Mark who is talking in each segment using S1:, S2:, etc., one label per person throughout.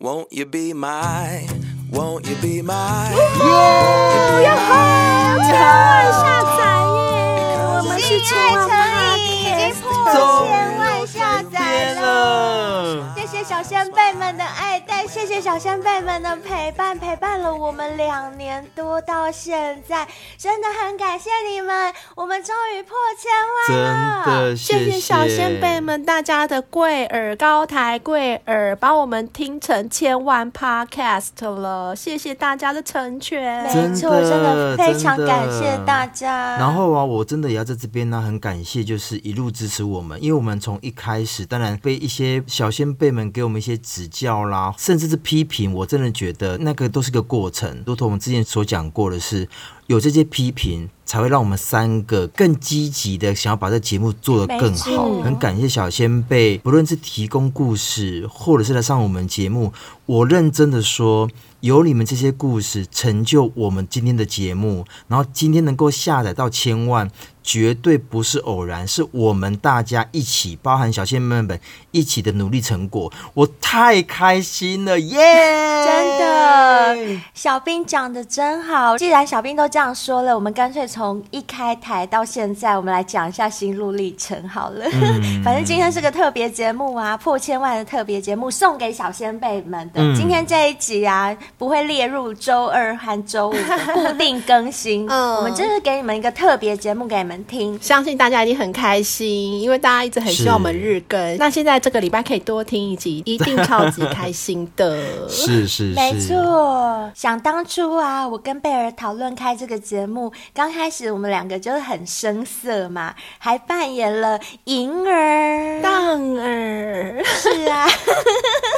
S1: Won't you be my? Won't you be my?
S2: 要好
S3: 赶快下载耶！
S2: 我们是
S3: 性
S2: 青
S3: 爱
S2: 蛙
S3: 成瘾已经破千万下载了。
S4: 了，
S3: 谢谢小先辈们的爱戴，谢谢小先辈们的陪伴，陪伴了我们两年多到现在，真的很感谢你们，我们终于破千
S4: 真
S3: 万了。
S4: 的
S2: 啊谢
S4: 谢
S2: 谢小先辈。们大家的贵耳高抬贵耳，把我们听成千万 podcast 了，谢谢大家的成全。
S3: 没错，
S4: 真
S3: 真的
S4: 的
S3: 非常
S4: 真的
S3: 感谢大家。
S4: 然后啊，我真的也要在这边呢，很感谢，就是一路支持我们，因为我们从一开始，当然被一些小先辈们给我们一些指教啦，甚至是批评，我真的觉得那个都是个过程。如同我们之前所讲过的是，有这些批评，才会让我们三个更积极的想要把这节目做得更
S3: 没
S4: 好
S3: 错。
S4: 很感谢小先辈，不论是提供故事，或者是来上我们节目，我认真的说，有你们这些故事成就我们今天的节目，然后今天能够下载到千万，绝对不是偶然，是我们大家一起，包含小仙妹们一起的努力成果，我太开心了，耶、
S3: 真的，小兵讲的真好。既然小兵都这样说了，我们干脆从一开台到现在，我们来讲一下心路历程好了。 反正今天是个特别节目啊，破千万的特别节目，送给小先辈们的。
S4: 嗯。
S3: 今天这一集啊，不会列入周二和周五的固定更新，
S2: 嗯
S3: 我们这是给你们一个特别节目给你们听。
S2: 相信大家一定很开心，因为大家一直很希望我们日更。那现在这个礼拜可以多听一集，一定超级开心 的
S4: 是是是，
S3: 没错，想当初啊，我跟贝尔讨论开这个节目，刚开始我们两个就是很生涩嘛，还扮演了银儿。
S2: 当儿，
S3: 是啊，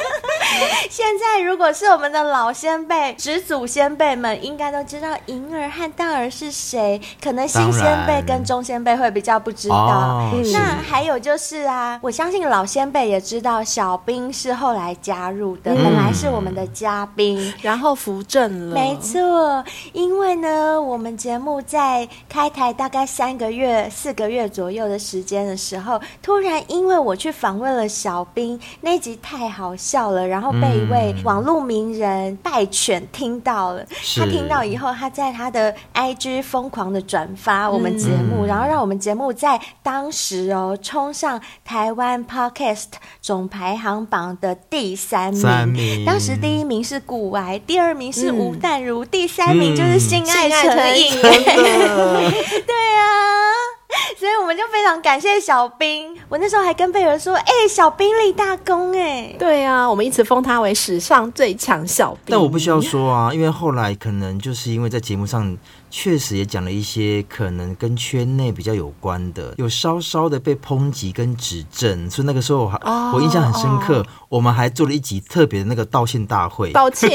S3: 现在如果是我们的老先辈、侄祖先辈们，应该都知道银儿和当儿是谁。可能新先辈
S4: 当然
S3: 跟中先辈会比较不知道。
S4: 哦
S3: 嗯
S4: 是
S3: 那还有就是啊，我相信老先辈也知道，小兵是后来加入
S4: 嗯
S3: 的，本来是我们的嘉宾。
S2: 然后扶正了，
S3: 没错，因为呢，我们节目在开台大概三个月、四个月左右的时间的时候，突然因为我去访问了小兵那集太好笑了，然后被一位网络名人拜犬听到了，
S4: 是
S3: 嗯他听到以后，他在他的 IG 疯狂的转发我们节目，
S4: 嗯
S3: 然后让我们节目在当时哦冲上台湾 Podcast 总排行榜的第三名。
S4: 三名
S3: 当时第一名是古癌，第二名是吴淡如，第三名就是性爱成瘾。
S4: 真的，
S3: 对啊。所以我们就非常感谢小兵，我那时候还跟贝尔说：“哎、小兵立大功哎、
S2: 对啊，我们一直封他为史上最强小兵。
S4: 但我必须要说啊，因为后来可能就是因为在节目上确实也讲了一些可能跟圈内比较有关的，有稍稍的被抨击跟指正，所以那个时候我还、
S2: 哦
S4: 我印象很深刻，我们还做了一集特别的那个道歉大会。
S2: 抱歉，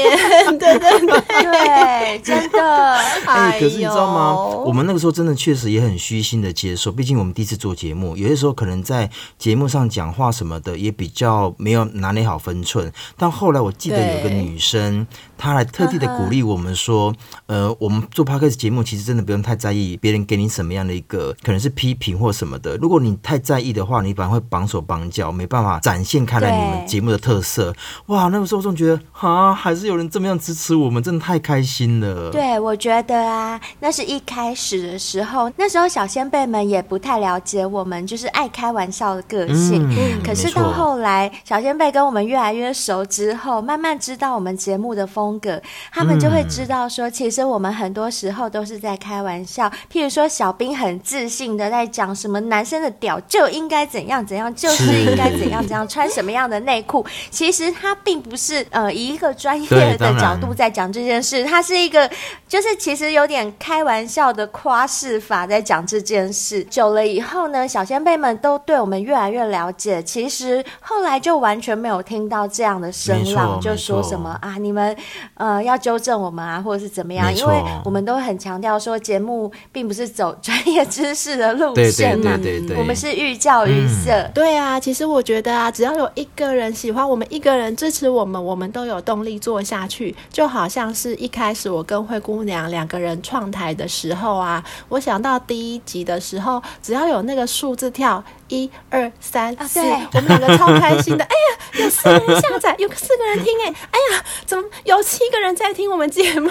S2: 对对对，
S3: 对，真的，
S4: 哎、
S2: 哎
S4: 可是你知道吗？
S2: 呦
S4: 我们那个时候真的确实也很虚心的接受，毕竟我们第一次做节目，有些时候可能在节目上讲话什么的也比较没有拿捏好分寸。但后来我记得有个
S2: 对
S4: 女生，她还特地的鼓励我们说，呃，我们做 podcast 节目其实真的不用太在意别人给你什么样的一个可能是批评或什么的，如果你太在意的话，你反而会绑手绑脚，没办法展现开来你们
S3: 对
S4: 节目的特色。哇，那个时候我总觉得啊，还是有人这么样支持我们，真的太开心了。。
S3: 对，我觉得啊，那是一开始的时候，那时候小先辈们也不太了解我们，就是爱开玩笑的个性。
S4: 嗯
S3: 可是
S4: 没错
S3: 到后来，小先辈跟我们越来越熟之后，慢慢知道我们节目的风格，他们就会知道说，其实我们很多时候都是在开玩笑。譬如说，小兵很自信的在讲什么男生的屌就应该怎样怎样，就是
S4: 是
S3: 应该怎样怎样，穿什么样的内裤。其实他并不是呃以一个专业
S4: 对
S3: 的
S4: 当
S3: 角
S4: 然
S3: 度在讲这件事，他是一个就是其实有点开玩笑的夸饰法在讲这件事。久了以后呢，小先辈们都对我们越来越了解，其实后来就完全没有听到这样的声浪，
S4: 没错
S3: 就说
S4: 没错
S3: 什么啊你们呃要纠正我们啊，或者是怎么样，
S4: 没
S3: 因
S4: 错
S3: 为我们都很强调说节目并不是走专业知识的路
S4: 对
S3: 线
S4: 对
S3: 嘛
S4: 对，对对，
S3: 我们是寓教于色。
S2: 对啊，其实我觉得啊，只要有一个人喜欢我们，一个人支持我们，我们都有动力做下去。就好像是一开始我跟灰姑娘两个人创台的时候啊，我想到第一集的时候，只要有那个数字跳一二三
S3: 啊
S2: 四，
S3: 对
S2: 我们两个超开 心的。哎呀，有四个人下载，有四个人听哎、哎呀，怎么有七个人在听我们节目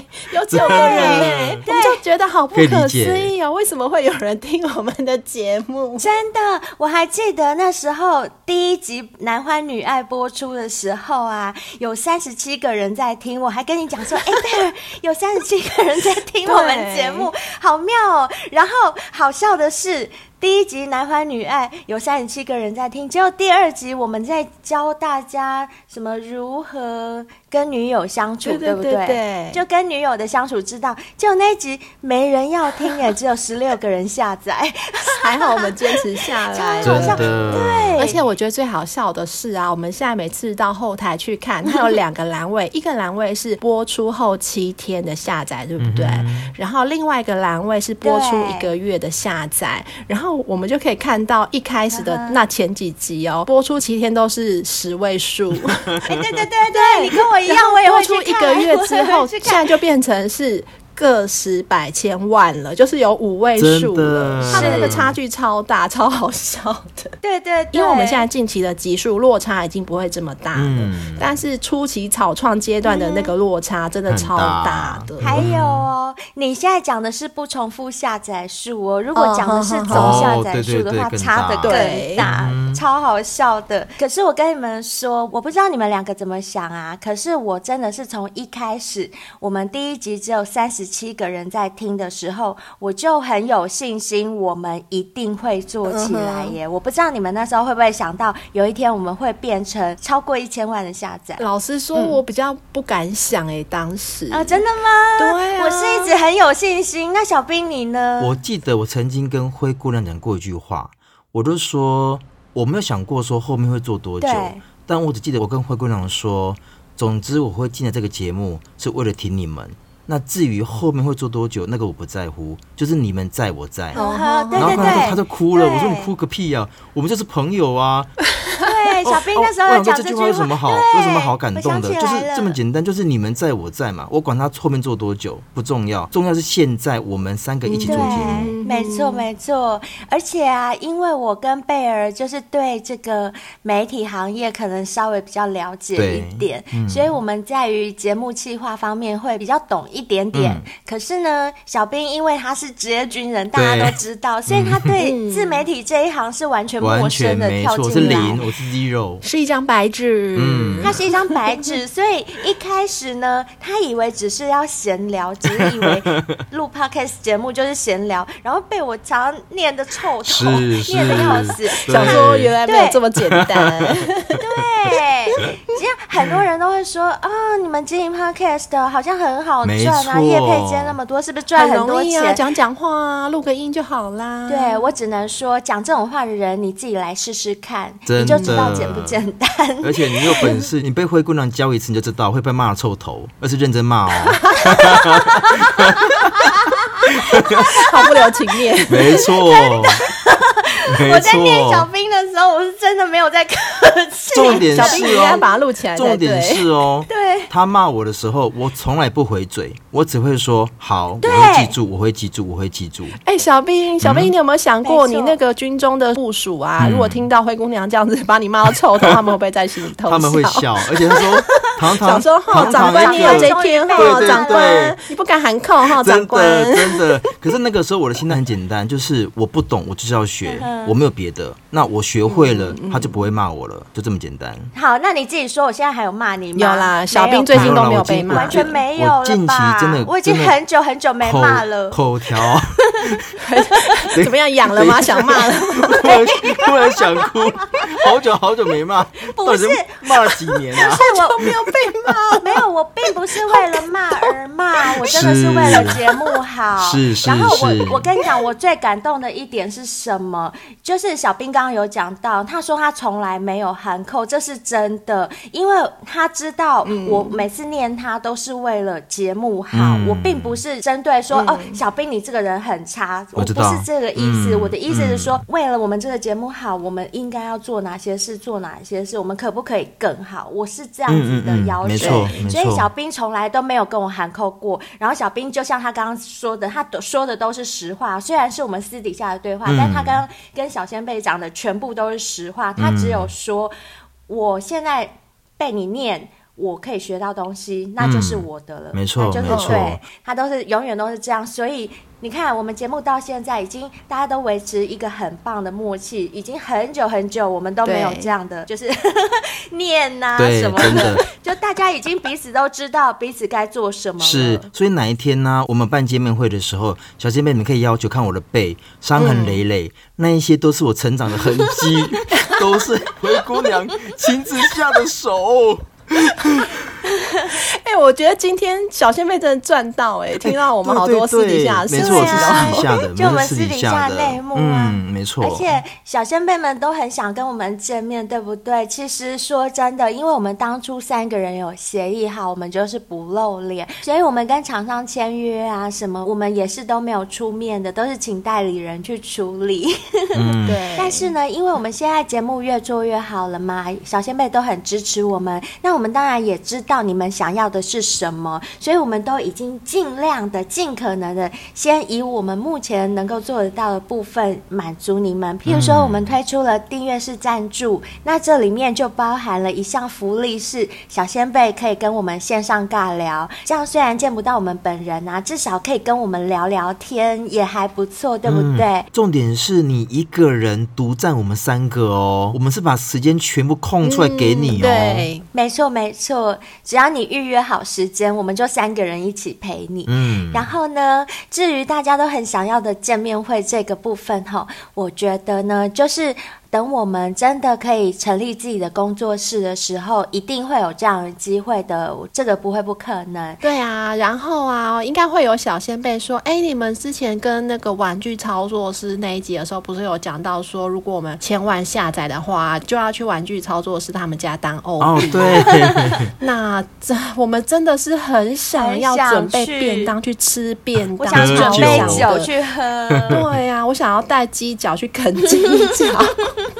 S2: 有九个人哎、我们就觉得好不
S4: 可以
S2: 可
S4: 理
S2: 思
S4: 解
S2: 议哦，为什么会有人听我们的节目？
S3: 真的，我还记得那时候第一集《男欢女爱》播出的时候啊，有三十七个人在听，我还跟你讲说， 哎、贝尔有三十七个人在听我们节目，好妙哦。然后好笑的是。第一集《男欢女爱》有三十七个人在听，结果第二集我们在教大家什么如何跟女友相处，
S2: 对对
S3: 不
S2: 对对
S3: 就跟女友的相处之道，就那一集没人要听，也只有十六个人下载。
S2: 还好我们坚持下来
S3: 超
S4: 呃真
S3: 好笑
S2: 了。
S4: 的，
S3: 对，
S2: 而且我觉得最好笑的是啊，我们现在每次到后台去看，它有两个栏位，一个栏位是播出后七天的下载，对不对？
S4: 嗯
S2: 然后另外一个栏位是播出一个月的下载，然后我们就可以看到一开始
S3: 嗯
S2: 的那前几集哦，播出七天都是十位数，
S3: 哎，对对对对，你跟我一
S2: 然
S3: 样，
S2: 后
S3: 我也
S2: 播
S3: 会去
S2: 出一
S3: 看
S2: 个月
S3: 我也
S2: 之 后，
S3: 会去
S2: 现
S3: 看
S2: 在就变成是。个十百千万了，就是有五位数
S4: 真
S2: 了
S4: 的，
S2: 他们那个
S4: 是
S2: 差距超大，超好笑的。
S3: 对对对，
S2: 因为我们现在近期的集数落差已经不会这么大了，
S4: 嗯
S2: 但是初期草创阶段的那个落差真的超大的。
S3: 还有哦，你现在讲的是不重复下载数哦，如果讲的是
S2: 哦
S3: 总下载
S4: 对
S3: 数
S4: 对
S3: 的
S4: 哦对
S3: 话，
S4: 更
S3: 差的
S4: 大嗯
S3: 更
S2: 对
S3: 大，超好笑的。可是我跟你们说，我不知道你们两个怎么想啊，可是我真的是从一开始，我们第一集只有三十七个人在听的时候，我就很有信心，我们一定会做起来耶。我不知道你们那时候会不会想到，有一天我们会变成超过一千万的下载。
S2: 老实说，我比较不敢想哎、当时
S3: 啊，真的吗？
S2: 对啊
S3: 我是一直很有信心。那小兵你呢？
S4: 我记得我曾经跟灰姑娘讲过一句话，我就说我没有想过说后面会做多久
S3: 对，
S4: 但我只记得我跟灰姑娘说，总之我会进来这个节目是为了听你们。那至于后面会做多久，那个我不在乎，就是你们在我在。
S2: 哦
S3: 呵对
S4: 然后
S3: 对
S4: 后来
S3: 对，
S4: 她就哭了，
S3: 对
S4: 我说你哭个屁呀、我们就是朋友啊！
S3: 对，小兵
S4: 哦
S3: 那时候
S4: 我
S3: 有
S4: 想说
S3: 讲
S4: 这
S3: 句
S4: 话有什么好，
S3: 对
S4: 有什么好感动的？
S3: 我想
S4: 就
S3: 起来
S4: 是
S3: 了
S4: 这么简单，就是你们在我在嘛，我管他后面做多久不重要，重要是现在我们三个一起做节目。
S3: 嗯对，没错没错，而且啊，因为我跟贝儿就是对这个媒体行业可能稍微比较了解一点，
S4: 嗯
S3: 所以我们在于节目企划方面会比较懂一点点。
S4: 嗯
S3: 可是呢，小兵因为他是职业军人，大家
S4: 对
S3: 都知道，所以他对自媒体这一行是完全陌
S4: 完
S3: 生
S4: 全
S3: 的，
S4: 没
S3: 跳
S4: 错，我是
S3: 进来。
S4: 零，我是 zero。
S2: 是一张白纸。
S4: 嗯
S3: 它是一张白 纸，所以一开始呢，他以为只是要闲聊，只是以为录 podcast 节目就是闲聊，然后被我常常念的臭头，
S4: 是是
S3: 念的要死。
S4: 对
S2: 想说原来没有这么简 单，
S3: 对，这样很多人都会说啊、你们经营 podcast 好像很好
S4: 没
S3: 赚啊，
S4: 错
S3: 业配接那么多，是不是赚
S2: 很
S3: 多
S2: 容易
S3: 钱？
S2: 啊，讲讲话啊，录个音就好啦。
S3: 对我只能说，讲这种话的人，你自己来试试看，
S4: 真
S3: 你就知道
S4: 的
S3: 简不简单。
S4: 而且你有本事，你被灰姑娘教一次你就知道会被骂臭头，而是认真骂 哦。
S2: 毫不留情面。
S4: 没错，
S3: 我
S4: 没
S3: 在念小
S4: 错。
S3: 兵的时候，我是真的没有在客气。
S4: 重点
S2: 小
S4: 是
S2: 兵，你应该把它
S4: 哦，
S2: 录起来才
S4: 重
S2: 对。
S4: 点是哦，
S3: 对
S4: 他骂我的时候，我从来不回嘴，我只会说好，我会记住，我会记住，我会记住。
S2: 哎、小兵，小兵，你有没有想过，
S3: 没错
S2: 你那个军中的部属啊，
S4: 嗯
S2: 如果听到灰姑娘这样子把你骂到臭头，他们会不会在心里偷
S4: 他们会笑，而且他说堂堂
S2: 想说哈，
S4: 堂
S2: 哦长
S4: 堂
S2: 官
S4: 一
S2: 你
S4: 个
S2: 有这一天
S3: 对对
S2: 哈，
S4: 对
S2: 长官你不敢喊扣哈，长
S4: 真
S2: 官。
S4: 的真的。可是那个时候我的心态很简单，就是我不懂，我就是要学，
S2: 嗯
S4: 我没有别的。那我学会了，他就不会骂我了，就这么简单。
S3: 好，那你自己说，我现在还有骂你吗？
S2: 有啦，小兵
S3: 没
S2: 最
S3: 有吧
S2: 近都没有
S4: 我
S2: 被
S4: 近
S2: 骂
S4: 我
S3: 完全
S4: 近
S3: 没有了吧？
S4: 我近期真的
S3: 我已经
S4: 真的
S3: 很久很久没
S4: 口
S3: 骂了。
S4: 口条，
S2: 怎么样？养了吗？想骂了吗？
S4: 突然突然想哭，好久好久没骂，
S3: 不是
S4: 到底骂了几年 啊？
S3: 但我没有被骂， 没有，我并不是为了骂而 骂，我真的是为了节目好。
S4: 是是
S3: 然后
S4: 是
S3: 我我跟你讲，我最感动的一点是什么？就是小兵刚刚有讲到，他说他从来没有含扣，这是真的，因为他知道我每次念他都是为了节目好，
S4: 嗯
S3: 我并不是针对说、哦，小兵你这个人很差，
S4: 我知
S3: 不
S4: 道
S3: 是这个意思，
S4: 嗯
S3: 我的意思是说，为了我们这个节目好，我们应该要做哪些事，做哪些事，我们可不可以更好。我是这样子的要
S4: 嗯没
S3: 求
S4: 错，，没
S3: 所以
S4: 错
S3: 小。兵从来都没有跟我喊扣过。然后小兵就像他刚刚说的，他都说的都是实话，虽然是我们私底下的对话，
S4: 嗯
S3: 但他刚刚跟小先辈讲的全部都是实话。他只有说，我现在被你念。我可以学到东西，那就是我的了。
S4: 嗯没错
S3: 那就是
S4: 没错
S3: 对他都是永远都是这样。所以你看，我们节目到现在已经大家都维持一个很棒的默契，已经很久很久，我们都没有
S2: 对
S3: 这样的，就是 念呐、
S4: 对
S2: 啊
S3: 什么
S4: 真的
S3: 就大家已经彼此都知道彼此该做什么了
S4: 是，所以哪一天呢、我们办见面会的时候，小姐妹你们可以要求看我的背伤痕累累，
S3: 嗯
S4: 那一些都是我成长的 痕迹，都是灰姑娘亲自下的 手。
S2: 哎、我觉得今天小仙妹真的赚到哎、听
S3: 啊
S2: 到我们好多私底下的事
S4: 对对
S2: 情
S4: 对
S2: 哦，
S4: 没错，
S3: 对啊
S4: 是私底下的，
S3: 就我们
S4: 没错是
S3: 私底
S4: 下
S3: 下
S4: 的
S3: 内幕啊
S4: 嗯，没错，
S3: 而且小先辈们都很想跟我们见面，对不对？其实说真的，因为我们当初三个人有协议好，我们就是不露脸，所以我们跟厂商签约啊什么，我们也是都没有出面的，都是请代理人去处理。
S2: 对，
S3: 但是呢，因为我们现在节目越做越好了嘛，小先辈都很支持我们。那我们当然也知道你们想要的是什么，所以我们都已经尽量的、尽可能的，先以我们目前能够做得到的部分满足你们。譬如说，我们推出了订阅式赞助，那这里面就包含了一项福利是小先辈可以跟我们线上尬聊，这样虽然见不到我们本人啊，至少可以跟我们聊聊天，也还不错，对不对？
S4: 重点是你一个人独占我们三个哦，我们是把时间全部空出来给
S3: 嗯
S4: 你哦。
S2: 对，
S3: 没错，没错，只要你预约好时间，我们就三个人一起陪你。
S4: 嗯，
S3: 然后呢，至于大家都很想要的见面会这个部分哈，我觉得呢，就是等我们真的可以成立自己的工作室的时候，一定会有这样的机会的，这个不会不可能。
S2: 对啊，然后啊，应该会有小先辈说，哎，你们之前跟那个玩具操作师那一集的时候，不是有讲到说，如果我们千万下载的话，就要去玩具操作师他们家当欧。
S4: 哦，对，
S2: 那这我们真的是很想要
S3: 很想
S2: 准备
S3: 去
S2: 便当去吃便
S3: 我
S2: 当，
S3: 想
S4: 喝
S3: 准
S2: 超
S3: 备
S2: 想
S3: 酒
S2: 的
S3: 去喝，
S2: 对呀、我想要带鸡脚去啃鸡脚，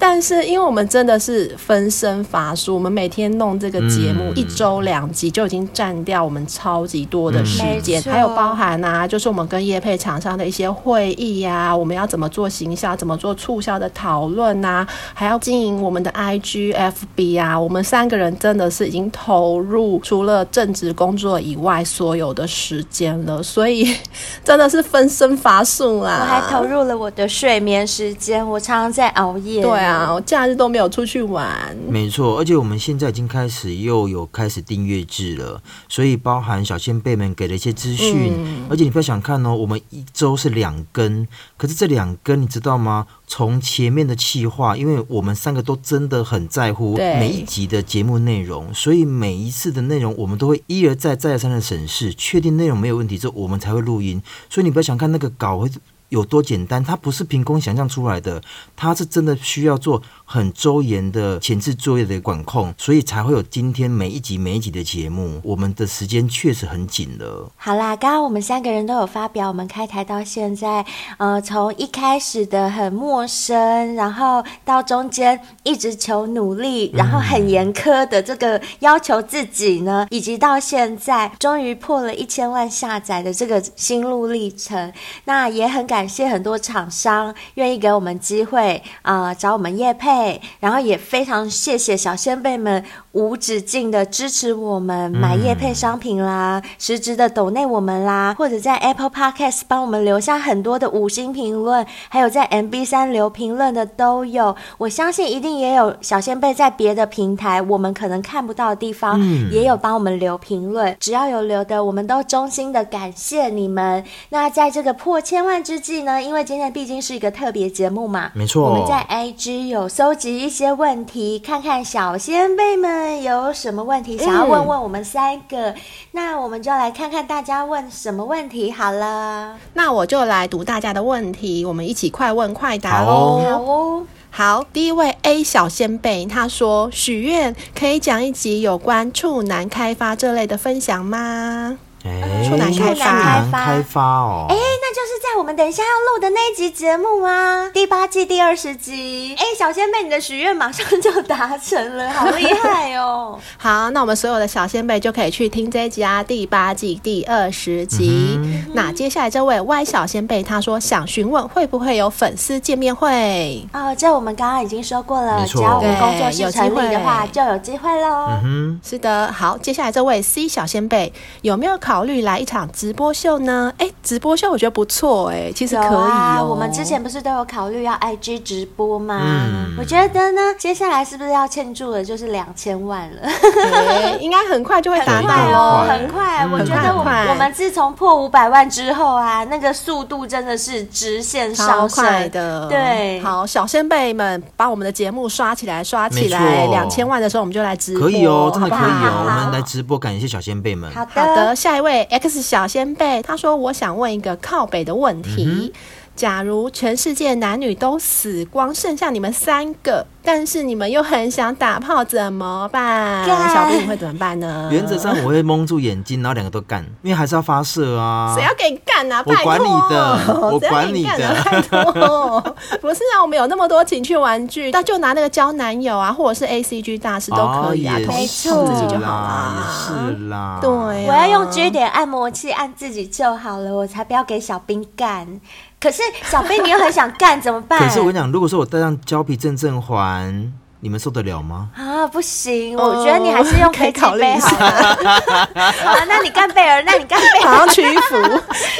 S2: 但是因为我们真的是分身乏术，我们每天弄这个节目、
S4: 嗯
S2: 一周两集就已经占掉我们超级多的时
S3: 嗯没
S2: 间，
S3: 错
S2: 还有包含啊，就是我们跟业配厂商的一些会议呀、我们要怎么做行销，怎么做促销的讨论呐、还要经营我们的 IG、FB 啊，我们三个人真的是已经投入除了正职工作以外所有的时间了，所以 真的是分身乏术啦。
S3: 我还投入了我的睡眠时间，我常常在熬夜。
S2: 对啊，，我假日都没有出去玩。
S4: 没错，而且我们现在已经开始又有开始订阅制了，所以包含小先辈们给的一些资讯，而且你不要想看哦，我们一周是两更，可是这两更你知道吗？从前面的企划，因为我们三个都真的很在乎
S2: 对
S4: 每一集的节目内容，所以每一次的内容我们都会一而再再而三的审视，确定内容没有问题之后，我们才会录音。所以你不要想看那个稿会有多简单，它不是凭空想象出来的，它是真的需要做很周延的前置作业的管控，所以才会有今天每一集每一集的节目。我们的时间确实很紧了，
S3: 好啦，刚刚我们三个人都有发表，我们开台到现在，呃，从一开始的很陌生，然后到中间一直求努力，然后很严苛的这个要求自己呢，以及到现在终于破了一千万下载的这个心路历程。那也很感谢很多厂商愿意给我们机会啊、呃找我们业配，然后也非常谢谢小先辈们无止境的支持我们买业配商品啦，实质的抖内我们啦，或者在 Apple Podcast 帮我们留下很多的五星评论，还有在 MB 三留评论的都有。我相信一定也有小先辈在别的平台我们可能看不到的地方，也有帮我们留评论。只要有留的，我们都衷心的感谢你们。那在这个破千万之际呢，因为今天毕竟是一个特别节目嘛，
S4: 没错
S3: 我们在 IG 有搜集一些问题，看看小先辈们有什么问题想要问问我们三个。
S4: 嗯
S3: 那我们就来看看大家问什么问题好了。
S2: 那我就来读大家的问题，我们一起快问快答
S4: 好哦
S2: 喽。
S3: 好哦，
S2: 好，第一位 A 小先辈，他说许愿可以讲一集有关处男开发这类的分享吗？
S4: 哎，
S2: 处男开发
S4: 处男开发哦，
S3: 哎，那就是在我们等一下要录的那一集节目啊，第八季第二十集。哎，小仙贝，你的许愿马上就达成 了，好厉害哦！
S2: 好，那我们所有的小先辈就可以去听这一集啊，第八季第二十集。
S3: 嗯
S2: 那接下来这位 Y 小先辈他说想询问会不会有粉丝见面会？
S3: 哦，这我们刚刚已经说过了，
S4: 没错
S3: 只要我们工作
S2: 对
S3: 室
S2: 有机
S3: 成立的话，
S2: 会
S3: 就有机会喽。
S4: 嗯，
S2: 是的，好，接下来这位 C 小先辈有没有考虑来一场直播秀呢？哎、直播秀我觉得不错哎、其实
S3: 有
S2: 可以哦、
S3: 啊，我们之前不是都有考虑要 IG 直播吗？
S4: 嗯
S3: 我觉得呢，接下来是不是要庆祝的就是两千万了？
S2: 哎 应该很快 就会达
S3: 很
S4: 对
S3: 快
S2: 到
S3: 哦，
S4: 很
S3: 很快。
S4: 嗯
S3: 我觉得我
S2: 很快
S3: 我们自从破五百万之后啊，那个速度真的是直线
S2: 超
S3: 上升
S2: 快的，
S3: 对，
S2: 好，小先辈们把我们的节目刷起来，刷起来，
S4: 没
S2: 两
S4: 错
S2: 千万的时候我们就来直播，
S4: 可以哦，真的
S2: 好
S4: 可
S2: 不
S4: 以
S2: 好
S4: 哦，我
S3: 好
S4: 们来直播，感谢小先辈们。
S3: 好的，
S2: 好的，下一位 X 小先辈，他说：“我想问一个靠北的问
S4: 嗯
S2: 题。假如全世界男女都死光，剩下你们三个，但是你们又很想打炮，怎么办？
S3: 干
S2: 小兵你会怎么办呢？
S4: 原则上我会蒙住眼睛，然后两个都干，因为还是要发射啊。
S2: 谁要给你干啊？
S4: 我
S2: 拜托，
S4: 管你的我
S2: 谁要给干啊拜托，不是啊，我们有那么多情趣玩具，那就拿那个交男友啊，或者是 A C G 大师都可以啊，
S4: 哦也
S2: 同
S3: 没
S2: 时
S3: 错
S2: 自
S4: 是
S2: 己就好
S4: 啦，也
S2: 啦。
S4: 是啦，
S2: 对啊
S3: 我要用 G 点按摩器按自己就好了，我才不要给小兵干。可是小兵，你又很想干，怎么办？
S4: 可是我跟你讲，如果说我戴上胶皮正正环，你们受得了吗？
S3: 啊，不行，我觉得你还是用
S2: 哦可
S3: K
S2: 以考虑
S3: 杯
S2: 一下
S3: 好了。 好，那你干贝尔，那你干贝尔。
S2: 马上屈 服，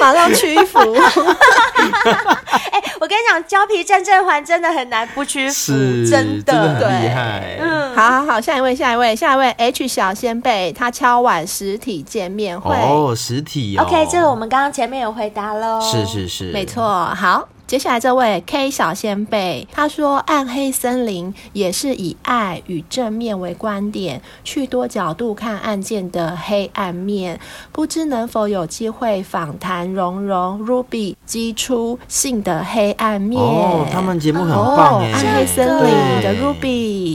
S2: 马上屈服。
S3: 哎、我跟你讲，胶皮正正环真的很难不屈服，
S4: 是，
S3: 真
S4: 的很
S2: 嗯对
S4: 厉害。
S3: 嗯，
S2: 好好好，下一位，下一位，下一位 H 小先辈，他敲碗实体见面会，
S4: 哦，实体哦
S3: OK，这个我们刚刚前面有回答喽。
S4: 是是是，
S2: 没错。好，接下来这位 K 小先辈，他说《暗黑森林》也是以爱与正面为观点，去多角度看案件的黑暗面。不知能否有机会访谈蓉蓉、Ruby 激出性的黑暗面？
S4: 哦，他们节目很棒哎，
S2: 哦暗黑森林的Ruby，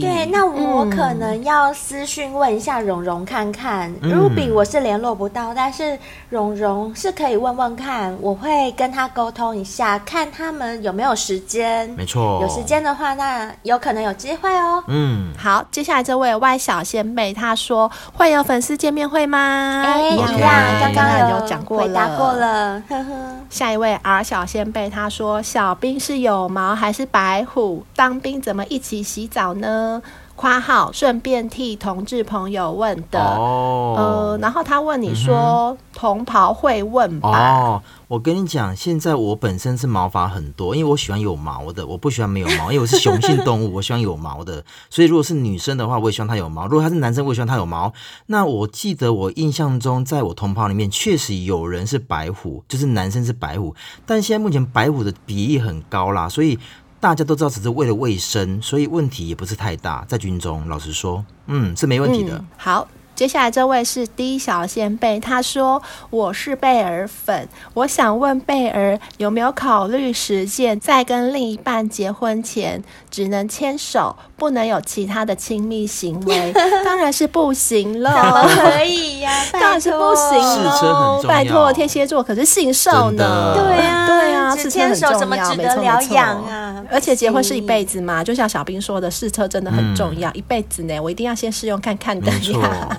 S4: 嗯
S3: 对，那
S2: 嗯
S3: 我可能要私讯问一下蓉蓉看看、
S4: 嗯
S3: r u b y 我是联络不到，但是蓉蓉是可以问问看，我会跟她沟通一下，看他们有没有时间。
S4: 没错，
S3: 有时，间的话，那有可能有机会哦。
S4: 嗯，
S2: 好，接下来这位 Y 小仙贝，他说会有粉丝见面会吗？
S3: 哎，一
S4: 样
S3: 样，
S4: 啊
S3: 刚刚有
S2: 有讲过
S3: 回答
S2: 了
S3: 过。了，呵呵。
S2: 下一位 R 小仙贝，他说小兵是有毛还是白虎？当兵怎么一起洗澡呢？括号顺便替同志朋友问的。呃
S4: 哦，，
S2: 然后他问你说、同袍会问吧？
S4: 哦，我跟你讲，现在我本身是毛发很多，因为我喜欢有毛的，我不喜欢没有毛，因为我是雄性动 物，我喜欢有毛的。所以如果是女生的话，我也希望她有毛；如果她是男生，我也希望她有毛。那我记得我印象中，在我同袍里面确实有人是白虎，就是男生是白虎，但现在目前白虎的比例很高啦，所以。大家都知道，只是为了卫生，所以问题也不是太大。在军中，老实说，嗯，是没问题的。
S2: 嗯好，接下来这位是 D 小仙贝，他说我是贝尔粉，我想问贝尔有没有考虑实践在跟另一半结婚前只能牵手，不能有其他的亲密行为？当然是不行
S3: 怎么
S2: 了。
S3: 可以呀、拜
S2: 当然是不行
S3: 托
S4: 试车很
S2: 喽
S4: 重，要
S2: 拜托，天蝎座可是性兽
S4: 真
S2: 呢
S4: 的。
S3: 对啊
S2: 对啊，
S3: 只
S2: 试车很
S3: 牵手怎
S2: 重
S3: 么
S2: 要，
S3: 值
S2: 没
S3: 得
S2: 错
S3: 疗
S2: 没错
S3: 养啊
S2: 而且结婚是一
S3: 不行
S2: 辈子嘛，就像小兵说的，试车真的很重要，一辈子呢。我一定要先试用看看的
S4: 嗯没 错，
S2: 呀。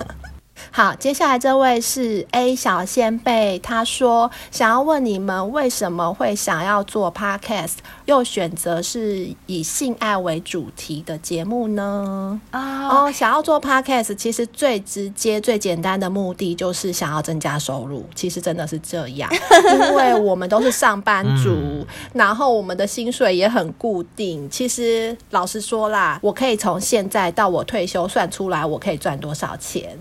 S2: 好，接下来这位是 A 小先辈，他说想要问你们为什么会想要做 podcast，又选择是以性爱为主题的节目呢？
S3: 啊、
S2: 哦，想要做 podcast，其实最直接、最简单的目的就是想要增加收入。其实真的是这样，因为我们都是上班族，然后我们的薪水也很固定。其实老实说啦，我可以从现在到我退休算出来，我可以赚多少钱。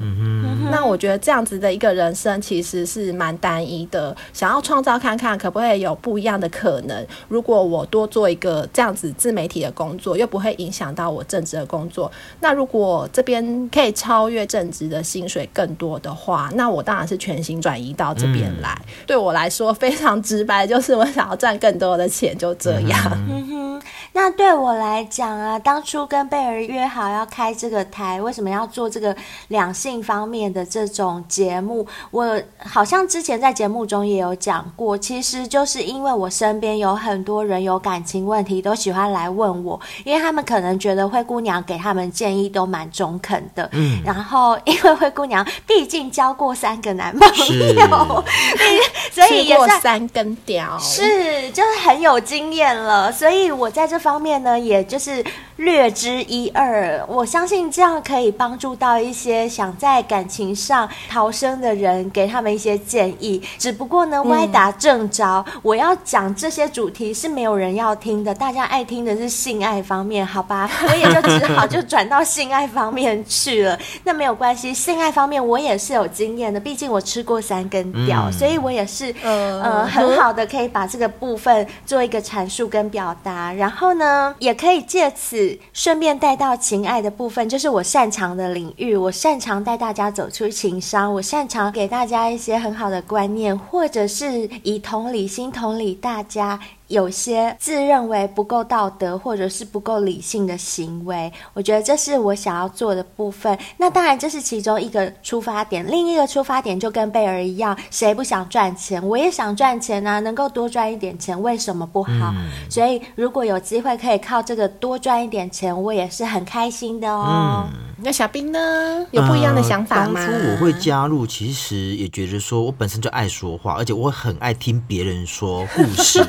S2: 那我觉得这样子的一个人生其实是蛮单一的，想要创造看看可不可以有不一样的可能。如果我多做一个这样子自媒体的工作，又不会影响到我正职的工作。那如果这边可以超越正职的薪水更多的话，那我当然是全心转移到这边来。对我来说非常直白，就是我想要赚更多的钱，就这样。
S3: 嗯哼，那对我来讲啊，当初跟贝尔约好要开这个台，为什么要做这个两性方面的这种节目？我好像之前在节目中也有讲过，其实就是因为我身边有很多人有感情问题，都喜欢来问我，因为他们可能觉得灰姑娘给他们建议都蛮中肯的。嗯，然后因为灰姑娘毕竟交过三个男朋
S4: 是
S3: 友，所以
S2: 吃
S3: 也
S2: 过
S3: 算
S2: 三根屌，
S3: 是，就是很有经验了，所以我在这方面呢，也就是略知一二。我相信这样可以帮助到一些想在感情上逃生的人，给他们一些建议。只不过呢，歪打正着，我要讲这些主题是没有人要听的，大家爱听的是性爱方面，好吧？ 我也就只好就转到性爱方面去了。那没有关系，性爱方面我也是有经验的，毕竟我吃过三根屌，
S4: 嗯
S3: 所以我也是
S2: 呃
S3: 呃很好的可以把这个部分做一个阐述跟表达，然后呢，也可以借此顺便带到情爱的部分，就是我擅长的领域，我擅长带大家走出情商，我擅长给大家一些很好的观念，或者是以同理心同理大家。有些自认为不够道德或者是不够理性的行为，我觉得这是我想要做的部分。那当然，这是其中一个出发点，另一个出发点就跟贝尔一样，谁不想赚钱？我也想赚钱啊，能够多赚一点钱，为什么不好？
S4: 嗯
S3: 所以，如果有机会可以靠这个多赚一点钱，我也是很开心的哦。
S4: 嗯
S2: 那小兵呢？有不一样的想法吗？
S4: 呃当初我会加入，其实也觉得说我本身就爱说话，而且我很爱听别人说故 事。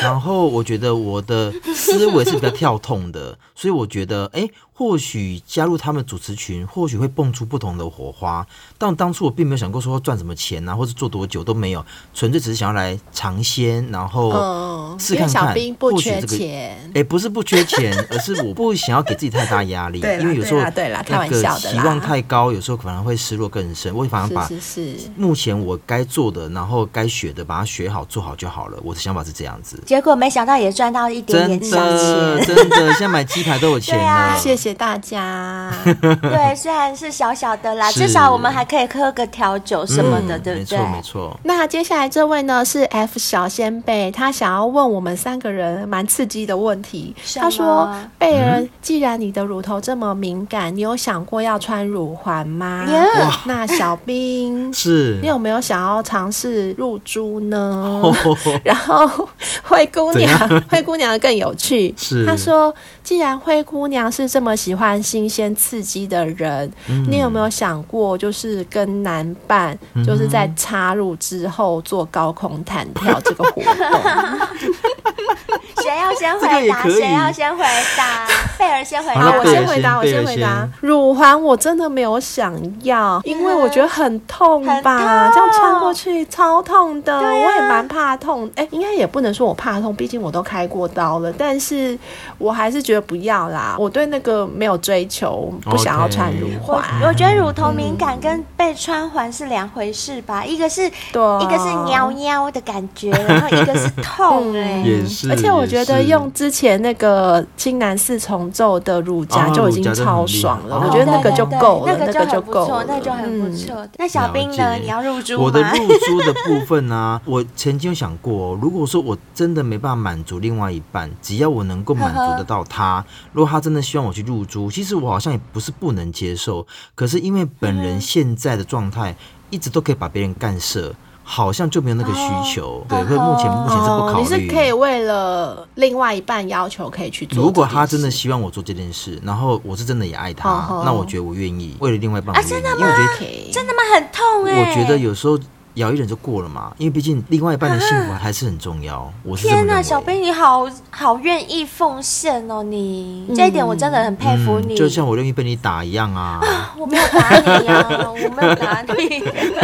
S4: 然后我觉得我的思维是比较跳痛的，所以我觉得，哎，或许加入他们主持群，或许会蹦出不同的火花。但当初我并没有想过说要赚什么钱啊，或者做多久都没有，纯粹只是想要来尝鲜，然后
S2: 嗯
S4: 试
S2: 因为
S4: 看看。
S2: 小兵不
S4: 或许
S2: 缺
S4: 这个
S2: 钱
S4: 哎、不是不缺钱，而是我不想要给自己太大压力，
S2: 对啦
S4: 因为有时候
S2: 对啦对啦开
S4: 那
S2: 玩
S4: 个
S2: 笑的
S4: 期
S2: 啦
S4: 望太高，有时候反而会失落更深。我反而把
S2: 是是是，
S4: 目前我该做的，然后该学的，把它学好做好就好了。我的想法是这样子，
S3: 结果没想到也赚到一点
S4: 真
S3: 点小
S4: 的
S3: 钱。
S4: 真的，现在买鸡排都有 钱
S3: 对
S4: 了。
S3: 啊
S2: 谢谢大家。
S3: 对，虽然是小小的啦，
S4: 是
S3: 至少我们还可以喝个调酒什么的，
S4: 嗯
S3: 对不
S4: 没
S3: 对？
S4: 错没错，。
S2: 那接下来这位呢是 F 小先辈，他想要问我们三个人蛮刺激的问题。
S3: 什么
S2: 他说：“贝儿，既然你的乳头这么敏感，你有想过要穿乳环吗？”
S3: Yeah
S2: 那小兵
S4: 是
S2: 你有没有想要尝试入珠呢？
S4: 哦嗯
S2: 然后 灰姑
S4: 怎
S2: 娘，灰姑娘更有趣。
S4: 是
S2: 她说，既然灰姑娘是这么喜欢新鲜刺激的人，
S4: 嗯
S2: 你有没有想过，就是跟男伴，就是在插入之后做高空弹跳这个活动？
S3: 谁要先
S4: 这个
S3: 回
S4: 也
S3: 答？
S4: 可以
S3: 谁要先回 答？贝尔先回
S4: 好
S3: 答
S4: 了
S2: 哎好，
S3: 吧
S2: 我
S4: 贝尔
S2: 先回答，我
S4: 贝尔
S2: 先回答
S4: 先。
S2: 乳环我真的没有想要，因为我觉得很痛吧，
S3: 很痛
S2: 这样穿过去超痛的，
S3: 对啊
S2: 我也蛮怕痛。哎，应该也不能说我怕痛，毕竟我都开过刀了，但是我还是觉得不要啦。我对那个没有追求，不想要穿乳
S4: OK
S2: 环
S3: 我。我觉得乳头敏感跟被穿环是两回事吧，一个是
S2: 对啊
S3: 一个是喵喵的感 觉，然后一个是痛
S2: 嗯
S3: 哎、
S4: 也是，
S2: 而且我觉得
S4: 也是
S2: 用之前那个青南四重奏的乳夹
S4: 啊
S2: 就已经
S4: 乳夹真的很
S2: 超
S4: 厉害
S2: 爽了，
S4: 哦
S2: 我觉得那个就
S3: 哦
S2: 够了，
S3: 对对对那个就
S2: 个就
S3: 很不
S2: 够
S3: 错
S2: 了，，
S3: 那就很不
S2: 嗯
S3: 错。那小兵呢？
S4: 了解
S3: 你要入住吗？
S4: 我的露珠的部分呢、 我曾经有想过、哦如果说我真的没办法满足另外一半，只要我能够满足得到他，如果他真的希望我去入珠，其实我好像也不是不能接受。可是因为本
S2: 嗯
S4: 人现在的状态，一直都可以把别人干涉，好像就没有那个需求。对，所以目前目前是不
S2: 哦，
S4: 考
S2: 你是
S4: 虑。
S2: 可以为了另外一半要求可以去做。
S4: 如果他真的，希望我做这件事，然后我是真的也爱他，
S2: 哦哦啊
S4: 那我觉得我愿意为了另外一半我愿意，因为我觉得
S2: OK，
S3: 真的吗？很痛哎、
S4: 我觉得有时候咬一忍就过了嘛，因为毕竟另外一半的幸福还是很重要。我是这么
S3: 天
S4: 认为。
S3: 小兵你好好愿意奉献哦，你、这一点我真的很佩服你。
S4: 嗯，就像我愿意被你打一样 啊！
S3: 我没有打你啊，我没有打 你。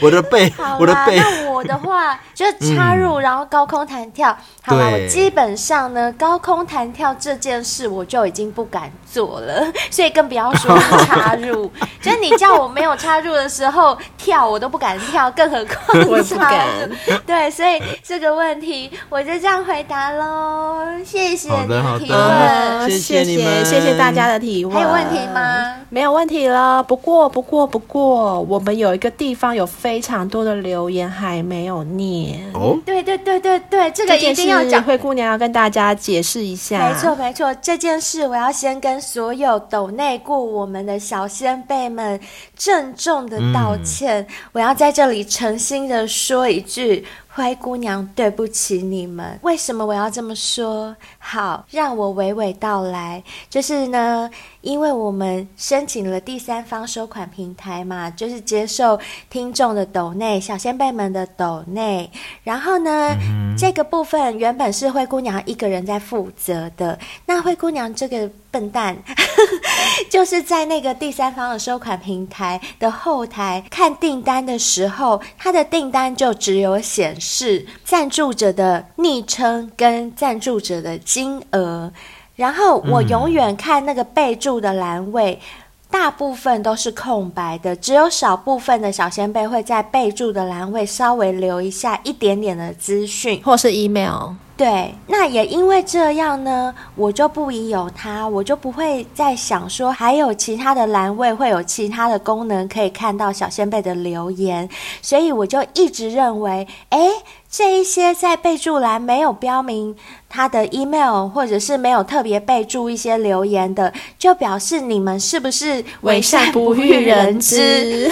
S4: 我的背
S3: 好啦，，啊
S4: 我的背，嗯
S3: 那我的话就是插入，然后高空弹跳。好啦，
S4: 对
S3: 我基本上呢，高空弹跳这件事我就已经不敢做了， 所以更不要说是插入。 就是你叫我没有插入的时候跳，我都不敢跳，更何
S2: 我也
S3: 况
S2: 不
S3: 插
S2: 敢
S3: 入。 对，所以这个问题我就这样回答喽。谢谢
S4: 好
S3: 你
S4: 的好
S3: 提
S4: 的
S3: 问，
S2: 呃
S4: 谢谢
S2: 谢
S4: 你们
S2: 谢谢大家的提问。
S3: 还有问题？吗？
S2: 没有问题了。不过，不过，不过，我们有一个地方有非常多的留言还没有念，
S4: 哦，
S3: 对对对对对，这个
S2: 这
S3: 一
S2: 件
S3: 定要
S2: 事
S3: 讲。
S2: 灰姑娘要跟大家解释一下。
S3: 没错，没错，这件事我要先跟所有抖内顾我们的小先辈们郑重的道歉。我要在这里诚心的说一句：灰姑娘，对不起你们。为什么我要这么说？好，让我娓娓道来。就是呢，因为我们申请了第三方收款平台嘛，就是接受听众的抖内、小先辈们的抖内。然后呢，这个部分原本是灰姑娘一个人在负责的。那灰姑娘这个笨蛋， 就是在那个第三方的收款平台的后台看订单的时候，她的订单就只有显示赞助者的昵称跟赞助者的金额。然后我永远看那个备注的栏位，大部分都是空白的，只有少部分的小先辈会在备注的栏位稍微留一下一点点的资讯。
S2: 或是 email。
S3: 对，那也因为这样呢，我就不疑有他，我就不会再想说还有其他的栏位会有其他的功能可以看到小先辈的留言，所以我就一直认为，诶，这一些在备注栏没有标明他的 email，或者是没有特别备注一些留言的，就表示你们是不是
S2: 为善不欲人知，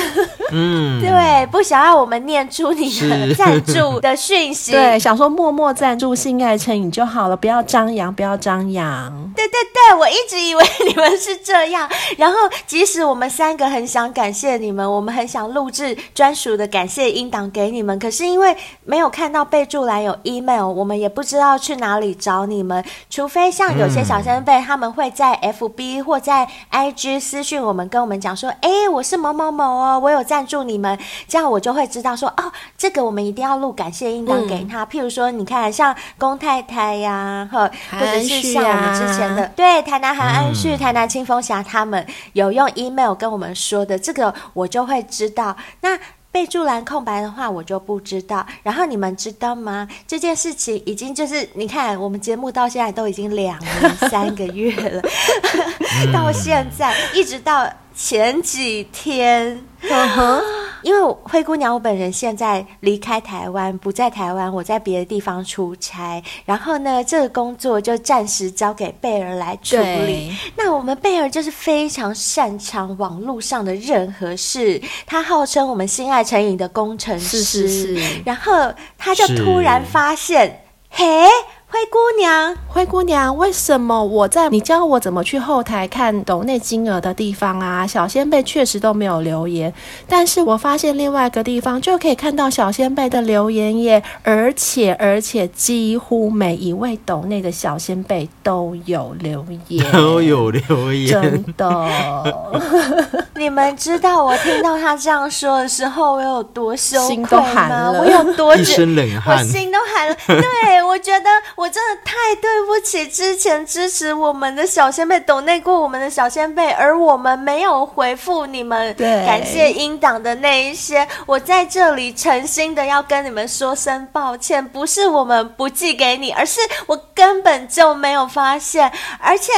S4: 嗯，
S3: 对，不想要我们念出你的
S4: 是，
S3: 赞助的讯息。
S2: 对，想说默默赞助性爱成瘾就好了，不要张扬，不要张扬。
S3: 对对对，我一直以为你们是这样。然后，即使我们三个很想感谢你们，我们很想录制专属的感谢音档给你们，可是因为没有看到备注栏有 email，我们也不知道去哪里找你们。除非像有些小先辈，他们会在 FB 或在 IG 私讯我们，跟我们讲说：“诶，我是某某某哦，我有赞助你们。”这样我就会知道说：“哦，这个我们一定要录感谢音档给他。譬如说，你看像龚太太呀、呵，或者是像我们之前的
S2: 韩安旭啊
S3: 对，台南韩安旭、台南清风侠他们有用 email 跟我们说的，这个我就会知道。那备注栏空白的话，我就不知道。然后你们知道吗？这件事情已经就是，你看我们节目到现在都已经两年三个月了， 到现在一直到前几天，因为灰姑娘，我本人现在离开台湾，不在台湾，我在别的地方出差。然后呢，这个工作就暂时交给贝尔来处理
S2: 对。
S3: 那我们贝尔就是非常擅长网络上的任何事，他号称我们心爱成瘾的工程师。
S2: 是是是
S3: 然后他就是突然发现，嘿，灰姑娘，
S2: 灰姑娘，为什么我在你教我怎么去后台看抖内金额的地方啊，小仙贝确实都没有留言，但是我发现另外一个地方就可以看到小仙贝的留言耶，而且而且几乎每一位抖内的小仙贝都有留言
S4: 都有留言
S2: 真，的。
S3: 你们知道我听到他这样说的时候，我有多羞愧
S2: 心
S3: 吗？
S2: 都寒了
S3: 我有多
S4: 一
S3: 觉
S4: 身冷
S3: 我
S4: 汗，
S3: 心都寒了。对，我觉得我真的太对不起之前支持我们的小先辈，懂内过我们的小先辈，而我们没有回复你们
S2: 对
S3: 感谢英党的那一些。我在这里诚心的要跟你们说声抱歉，不是我们不寄给你，而是我根本就没有发现，而且。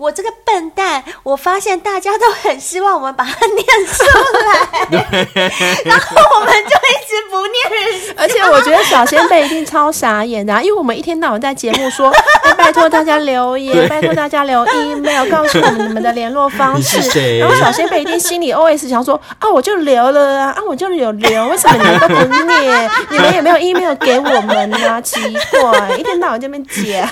S3: 我这个笨蛋，我发现大家都很希望我们把它念出来，然后我们就一直不念人家
S2: 而且我觉得小先辈一定超傻眼的、啊，因为我们一天到晚在节目 说，哎，拜托大家留言，拜托大家留 email，告诉我们你们的联络方式
S4: 你是。谁
S2: 然后小先辈一定心里 OS 想说，啊，我就留了啊，啊，我就有留，为什么你们都不 念？你们也没有 email 给我们啊？奇怪，一天到晚这边 解，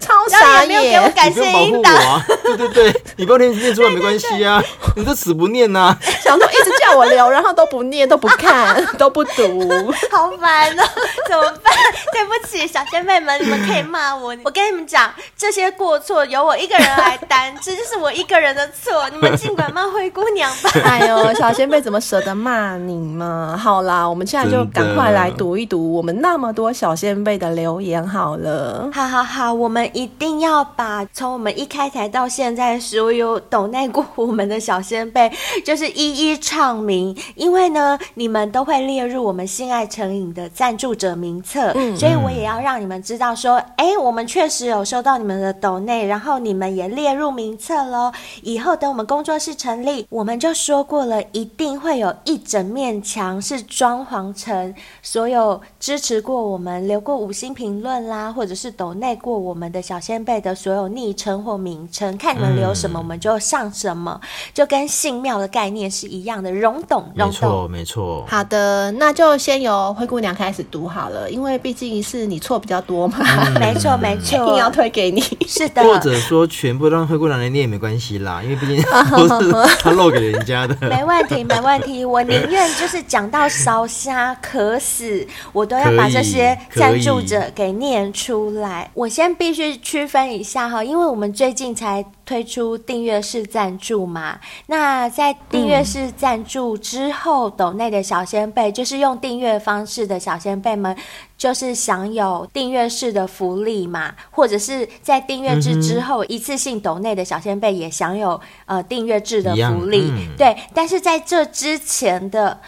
S2: 超
S3: 然后
S2: 傻
S3: 也没有给我
S2: 眼。
S3: 感
S4: 你不
S3: 谢
S4: 用保护
S3: 英
S4: 我
S3: 党，
S4: 啊！对对对，你不要念念出来没关系啊，你都死不念呐、
S2: 想说一直叫我留，然后都不念，都不 看，都不读。
S3: 好烦哦， 怎么办？对不起，小仙妹们，你们可以骂我。 我跟你们讲，这些过错由我一个人来担，这 就是我一个人的错。你们尽管骂灰姑娘吧。
S2: 哎呦，小仙贝怎么舍得骂你嘛？好啦，我们现在就
S4: 真的
S2: 赶快来读一读我们那么多小仙贝的留言好了。
S3: 好好好，我们一定要把从我 们一开台到现在所有抖内过我们的小先辈，就是一一唱报名，因为呢，你们都会列入我们性爱成瘾的赞助者名册，所以我也要让你们知道说，哎、我们确实有收到你们的抖内，然后你们也列入名册喽。以后等我们工作室成立，我们就说过了，一定会有一整面墙是装潢成所有支持过我们、留过五星评论啦，或者是抖内过我们的小先辈的所有昵称或名称，看你们留
S4: 嗯
S3: 什么，我们就上什么，就跟信庙的概念是一样的，容懂，
S4: 没
S3: 容懂。
S4: 错，没错。
S2: 好的，那就先由灰姑娘开始读好了，因为毕竟是你错比较多嘛，
S4: 嗯
S3: 没错，没错，
S2: 硬要推给你。
S3: 是的，
S4: 或者说全部让灰姑娘来念也没关系啦，因 为毕竟 都是她漏给人家的。
S3: 哦没问题，没问题。我宁愿就是讲到烧虾、渴死，我都要把这些赞助者给念出来。我先必须区分一下哈，因为我们最近才推出订阅式赞助嘛。那在订阅式赞助之后，抖内的小先辈就是用订阅方式的小先辈们。就是享有订阅式的福利嘛，或者是在订阅制之后，一次性抖内的小先辈也享有呃订阅制的
S4: 一样
S3: 福利。
S4: 嗯
S3: 对，但是在这之前的。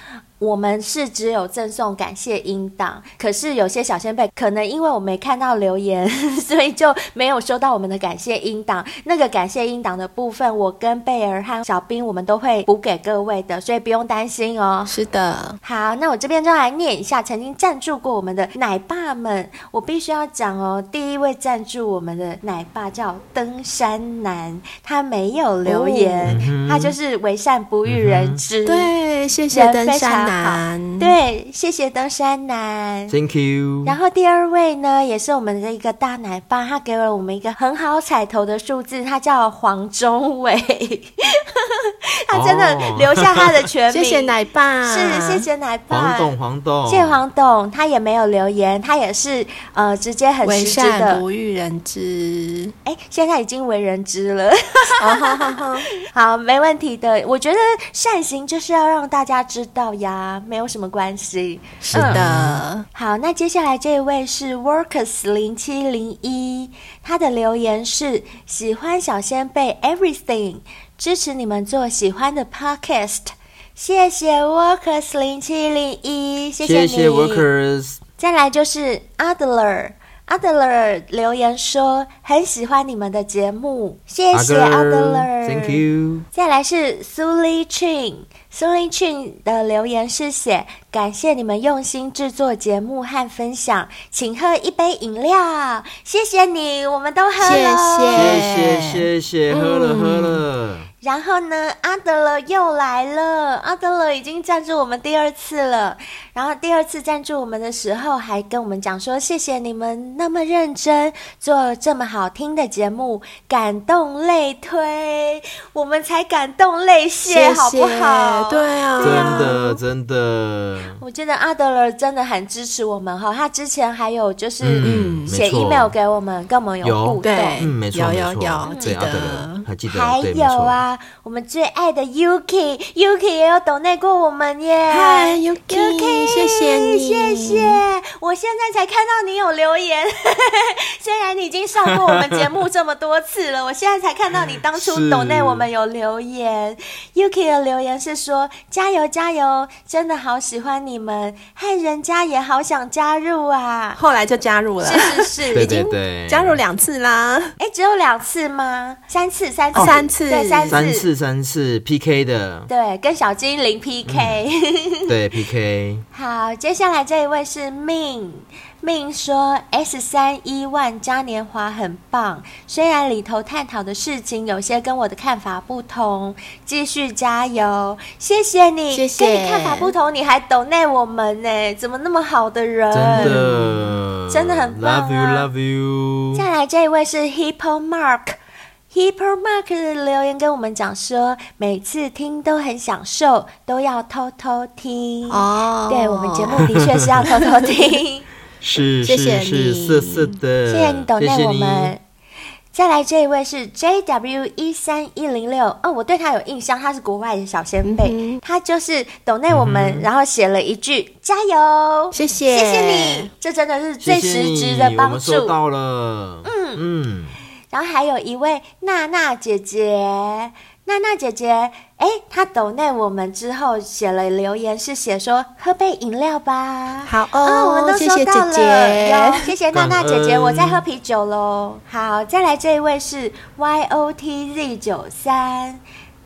S3: 我们是只有赠送感谢音档，可是有些小先辈可能因为我没看到留言， 所以就没有收到我们的感谢音档。那个感谢音档的部分，我跟贝儿和小兵我们都会补给各位的，所以不用担心哦。
S2: 是的，
S3: 好，那我这边就来念一下曾经赞助过我们的奶爸们。我必须要讲哦，第一位赞助我们的奶爸叫登山男，他没有
S2: 哦
S3: 留言，
S2: 嗯
S3: 他就是为善不欲人知。
S2: 对，谢谢
S3: 人
S2: 登
S3: 非常好
S2: 山男，，
S3: 对，谢谢登山男。
S4: Thank you。
S3: 然后第二位呢，也是我们的一个大奶爸，他给了我们一个很好彩头的数字，他叫黄忠伟， 他真的
S4: 哦
S3: 留下 他的全名。
S2: 谢谢，奶爸，
S3: 是谢。谢奶爸。
S4: 黄董，黄董，
S3: 谢谢黄董，他也没有留言，他也是呃直接很
S2: 为
S3: 实质
S2: 善
S3: 的，
S2: 不欲人知，
S3: 哎，现在已经为人知了。
S2: 哦哈哈哈
S3: 好，没问题的。我觉得善行就是要让大家知道呀，没有什么关系。
S2: 是的，
S3: 好，那接下来这一位是 Workers 零七零一，他的留言是喜欢小仙贝 Everything，支持你们做喜欢的 Podcast，谢谢 Workers 零七零一，谢
S4: 谢
S3: 你。
S4: 谢 workers。
S3: 再来就是 Adler。Adler 留言说很喜欢你们的节目，谢谢 Adler。
S4: Thank you。
S3: 再来是苏丽 Chin，苏丽 Chin 的留言是写：感谢你们用心制作节目和分享，请喝一杯饮料，谢谢你，我们都喝
S2: 谢
S3: 了。
S2: 谢
S4: 谢谢谢谢，喝
S3: 嗯
S4: 了喝了。
S3: 然后呢，阿德勒又来了。阿德勒已经赞助我们第二次了。然后第二次赞助我们的时候，还跟我们讲说：“谢谢你们那么认真做这么好听的节目，感动泪推，我们才感动泪
S2: 谢
S3: 谢，好不好？”。
S2: 对啊，
S4: 真的真的，
S3: 我觉得阿德勒真的很支持我们哈，他之前还有就是
S4: 嗯
S3: 写
S4: 没错
S3: email 给我们，跟我们
S4: 有
S3: 互动。
S2: 对，
S4: 嗯，没错
S2: 有
S4: 没
S2: 有
S4: 错
S2: 有，，
S4: 对
S2: 记
S4: 阿德勒
S2: 得，
S4: 还记
S3: 还
S4: 得，对，没
S3: 有
S4: 错。
S3: 啊，我们最爱的 Yuki，Yuki 也有抖内过我们耶。
S2: 嗨，Yuki，谢谢你，
S3: 谢谢。我现在才看到你有留言， 虽然你已经上过我们节目这么多次了，我现在才看到你当初
S4: 是
S3: 抖内我们有留言。Yuki 的留言是说：“加油加油，真的好喜欢你们，害人家也好想加入啊。
S2: 后来就加入”了
S3: 是，是是，
S4: 对
S3: 已经
S4: 对对，
S2: 加入两次啦，
S3: 哎，只有两次吗？三次，三次，
S2: 三次
S3: 对，三次，
S4: 哦三次三次 PK 的，
S3: 对，跟小精
S2: 嗯
S3: 灵 PK。
S4: 对 PK，
S3: 好，接下来这一位是命命说 S 三一万嘉年华很棒，虽然里头探讨的事情有些跟我的看法不同，继续加油，谢谢你，
S2: 谢谢
S3: 跟你看法不同，你还懂内我们呢，怎么那么好的人？
S4: 真的
S3: 嗯真的很棒
S4: Love
S3: 啊
S4: you love you。
S3: 再来这一位是 Hippo Mark。Hippo Mark 的留言跟我们讲说，每次听都很享受，都要偷偷听。
S2: 哦
S3: 对我们节目的确是要偷偷听。
S4: 是
S2: 谢谢
S4: 是 是，
S2: 你
S4: 色色的，
S3: 谢谢你抖
S4: 谢
S3: 内
S4: 谢
S3: 我
S4: 你
S3: 们。再来这一位是 JW 一三一零六，哦，我对他有印象，他是国外的小先辈，
S4: 嗯
S3: 他就是抖内我们，然后写了一句加油，
S2: 谢谢
S3: 谢谢你，这真的是最
S4: 谢谢
S3: 实
S4: 你，
S3: 质的
S4: 我
S3: 帮
S4: 们
S3: 助。
S4: 收到了，嗯嗯，
S3: 然后还有一位娜娜姐姐，娜娜姐姐，哎，她抖内我们之后写了留言，是写说喝杯饮料吧。
S2: 好
S3: 哦，我们
S2: 哦，
S3: 都
S2: 谢
S3: 收
S2: 谢姐
S3: 到了，有
S2: 姐。
S3: 谢谢娜娜
S4: 感
S3: 姐姐，
S4: 恩
S3: 我在喝啤酒喽。好，再来这一位是 Y O T Z 九三。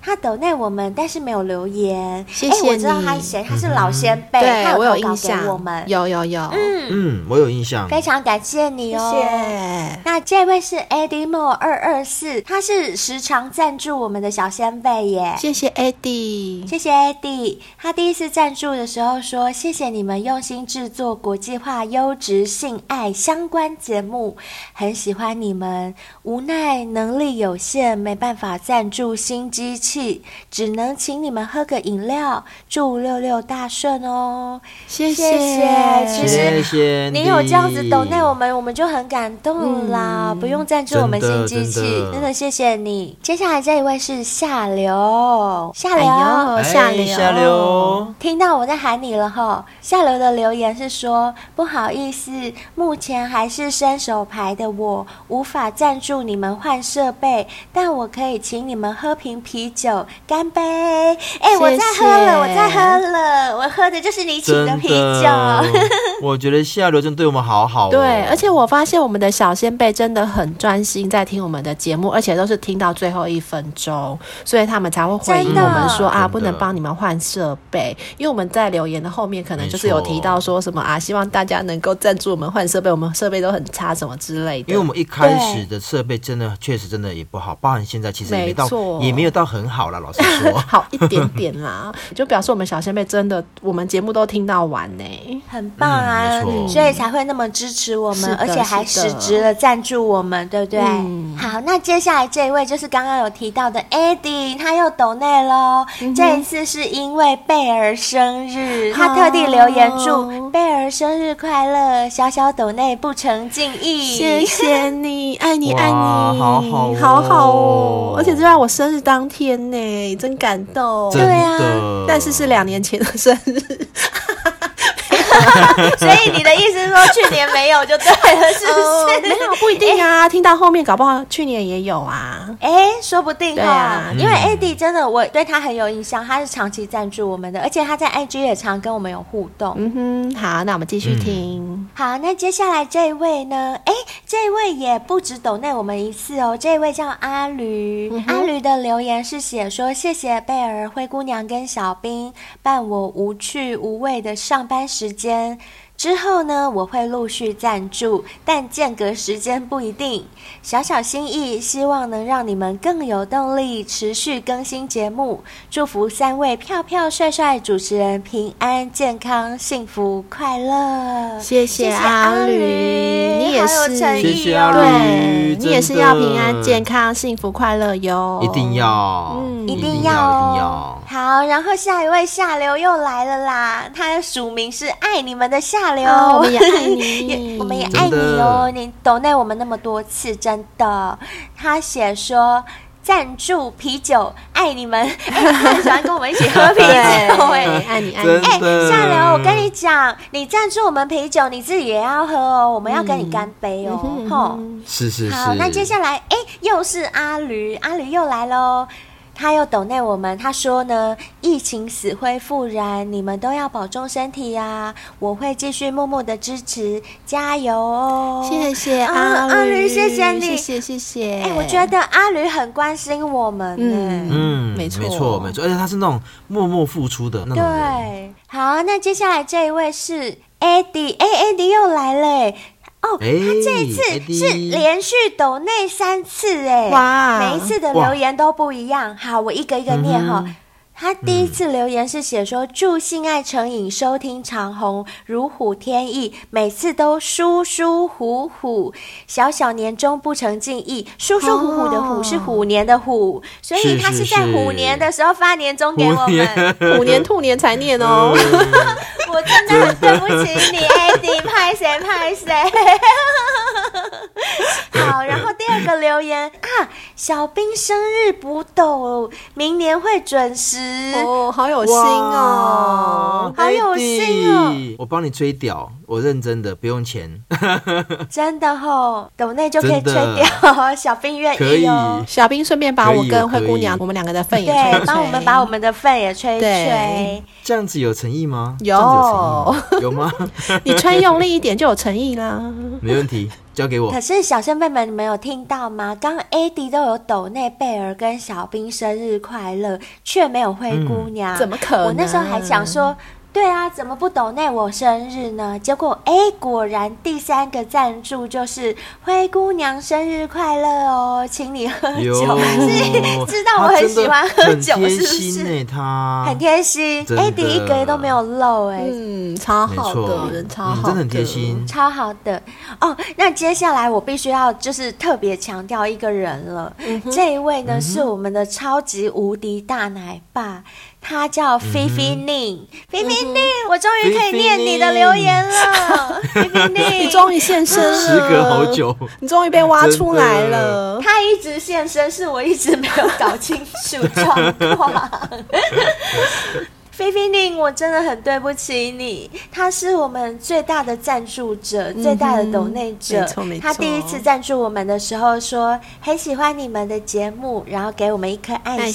S3: 他抖内我们，但是没有留言。
S2: 谢
S3: 哎
S2: 谢
S3: 我知道他是
S2: 你
S3: 谁，
S4: 嗯
S3: 他是老先辈，他
S2: 对我有
S3: 投稿
S2: 印
S3: 给
S2: 象
S3: 我们，
S2: 有有有，
S3: 嗯，
S4: 嗯，我有印象。
S3: 非常感谢你
S2: 谢
S3: 哦。
S2: 谢。
S3: 那这位是 Eddie Mo 二二四，他是时常赞助我们的小先辈耶。
S2: 谢谢 Eddie，
S3: 谢谢 Eddie，他第一次赞助的时候说：“谢谢你们用心制作国际化优质性爱相关节目，很喜欢你们。无奈能力有限，没办法赞助新机器，只能请你们喝个饮料。祝六六大顺哦！
S2: 谢
S3: 谢谢其实
S4: 谢谢
S3: 你有这样子懂
S4: 内
S3: 内我们，我们就很感动啦，不用赞助我们新机器，
S4: 嗯真的真的
S3: 真的谢谢你。接下来这一位是下流，下流。
S2: 哎呦下流
S4: 下流，
S3: 听到我在喊你了吼！下流的留言是说：不好意思，目前还是伸手牌的我，无法赞助你们换设备，但我可以请你们喝瓶啤酒，干杯！哎、
S2: 谢
S3: 我在喝了，我
S2: 谢
S3: 在喝了，我喝的就是你请
S4: 真
S3: 的啤 酒。
S4: 我觉得下流真的对我们好好、哦。
S2: 对，而且我发现我们的小先辈真的很专心在听我们的节目，而且都是听到最后一分钟，所以他们才会回应
S3: 真的
S2: 我们说啊，
S4: 真的
S2: 不能帮你们换设备，因为我们在留言的后面可能就是有
S4: 没错
S2: 提到说什么啊，希望大家能够赞助我们换设备，我们设备都很差什么之类
S4: 因为我
S2: 的。
S4: 们一开始的设备真的确实真的也不好，包含现在其实也没到
S2: 没错
S4: 也没有到很好了，老实 说。
S2: 好一点点啦，就表示我们小先辈真的，我们节目都听到完呢、
S3: 很棒啊，
S4: 嗯没错
S3: 所以才会那么支持我
S2: 是
S3: 们，
S2: 的
S3: 而且还
S2: 是的
S3: 实质的赞助我们，对不对？
S2: 嗯
S3: 好，那接下来这一位就是刚刚有提到的 Eddie，他又抖内喽。
S2: 嗯
S3: 这一次是因为贝儿生日，他特地留言祝
S2: 哦
S3: 贝儿生日快乐，小小抖内不成敬意。
S2: 谢谢你，爱你
S4: 哇
S2: 爱你，
S4: 好好哦
S2: 好好哦而且就在我生日当天呢，真感动。
S4: 真的
S3: 啊，
S2: 但是是两年前的生日，
S3: 所以你的意思是说去年没有就对了，是
S2: 哦
S3: 不
S2: 没
S3: 是？
S2: 有不一定啊。听到后面，搞不好去年也有啊。
S3: 哎，说不定
S2: 对
S3: 哈、
S2: 啊
S3: 因为 AD 真的我对他很有印象，他是长期赞助我们的，而且他在 IG 也常跟我们有互动。
S2: 嗯哼，好，那我们继
S4: 嗯
S2: 续听。
S3: 好，那接下来这一位呢？哎，这一位也不止抖内我们一次哦。这一位叫阿驴，
S2: 嗯
S3: 阿驴的留言是写说：“谢谢贝尔、灰姑娘跟小兵伴我无趣无味的上班时间。之后呢，我会陆续赞助，但间隔时间不一定。小小心意，希望能让你们更有动力，持续更新节目。祝福三位漂漂帅帅主持人平安、健康、幸福、快乐。”
S2: 谢谢阿吕，你也
S3: 好有
S2: 是，
S3: 诚意哦
S4: 谢谢阿
S2: 对
S4: 吕，
S2: 你也是
S4: 真的
S2: 要平安、健，康、幸福、快乐哟。
S4: 一定要，
S2: 嗯
S3: 一
S4: 一
S3: 定
S4: 定
S3: 要
S4: 要，一定
S3: 哦
S4: 要。
S3: 好，然后下一位下流又来了啦，他的署名是爱你们的下流，
S2: 啊我们也爱你
S3: 也我们也爱你哦，你懂内我们那么多次，真的。他写说。赞助啤酒，爱你们！ 哎、他很喜欢跟我们一起喝啤酒、哎
S2: 对，爱你爱你
S4: 真。
S3: 哎、
S4: 的
S3: 下流，我跟你讲，你赞助我们啤酒，你自己也要喝哦，我们要跟你干杯哦，
S2: 嗯
S3: 吼、
S2: 哼
S4: 是是是。
S3: 好，那接下来，哎，又是阿驴，阿驴又来喽。他又抖内我们，他说呢，疫情死灰复燃，你们都要保重身体啊！我会继续默默的支持，加油哦！
S2: 谢谢
S3: 啊
S2: 阿
S3: 阿
S2: 吕，
S3: 吕谢谢你
S2: 谢谢谢谢。
S3: 哎、我觉得阿驴很关心我们呢、
S4: 嗯，
S2: 没
S4: 没
S2: 错
S4: 错没错，而且他是那种默默付出的那种人，
S3: 对，好，那接下来这一位是 Eddie，哎，Eddie 又来了、哎哦，
S4: 哎
S3: 他这一次是
S4: Eddie
S3: 连续抖内三次哎、
S2: 哇
S3: 每一次的
S4: 哇
S3: 留言都不一样。好，我一个一个念
S4: 嗯
S3: 哈。他第一次留言是写说：“祝性爱成瘾收听长虹如虎添翼，每次都舒舒虎虎，小小年终不成敬意。舒舒虎虎的虎
S2: 哦
S3: 是虎年的虎，所以
S4: 是
S3: 他
S4: 是
S3: 是在虎
S4: 是
S3: 年的时候发年终给我们
S4: 虎年。
S2: 虎年兔年才念哦。
S3: 我真的很对不起你 ，AD，拍谁拍谁。好，然后第二个留言啊，小兵生日不抖，明年会准时。
S4: 嗯
S2: 哦，好有心哦。
S4: 哇
S3: 好有心哦哦
S4: Daddy，我帮你吹屌，我认真的，不用钱，
S3: 真的吼，抖内就可以
S4: 真
S3: 吹
S4: 的
S3: 掉，小兵愿
S4: 可以
S3: 意哦。
S2: 小兵顺便把我
S4: 可以
S2: 跟
S4: 我
S2: 灰姑
S4: 可以
S2: 娘，我们两个的份也吹一
S3: 对，
S2: 吹
S3: 帮我们把我们的份也吹一吹
S2: 对。
S4: 这样子有诚意吗？
S2: 有
S4: 这样子有诚意吗 有吗？
S2: 你吹用力一点就有诚意啦。
S4: 没问题，交给我
S3: 可。是小先辈们，你们有听到吗？刚刚 AD 都有抖内贝尔跟小兵生日快乐，却没有灰姑娘，
S2: 嗯怎么可能
S3: 我那时候还想说。对啊，怎么不抖内我生日呢？结果哎，果然第三个赞助就是灰姑娘生日快乐哦，请你喝
S4: 有
S3: 酒。是知道我很喜欢喝酒，
S4: 很
S3: 是
S4: 贴
S3: 不
S4: 心
S3: 是？
S4: 呢，他
S3: 很贴心
S4: 真的
S3: ，AD 一个都没有漏哎、
S2: 嗯，超
S4: 没
S2: 好
S4: 错，
S2: 的，人超
S4: 嗯
S2: 好的，
S4: 真的很贴心。
S3: 超好的哦。那接下来我必须要就是特别强调一个人了，
S2: 嗯
S3: 这一位呢、是我们的超级无敌大奶爸，他
S2: 嗯
S3: 叫菲菲宁，菲菲宁，我终于可以念你的留言了， 菲菲宁，
S2: 你终于现身
S3: 嗯
S2: 了，
S4: 时隔好久，
S2: 你终于被挖出来了。
S3: 他一直现身，是我一直没有搞清楚状况。菲菲宁，我真的很对不起你。他是我们最大的赞助者，最大的抖内者
S2: 嗯没错没。错
S3: 他第一次赞助我们的时候说很喜欢你们的节目，然后给我们一颗爱心，
S2: 爱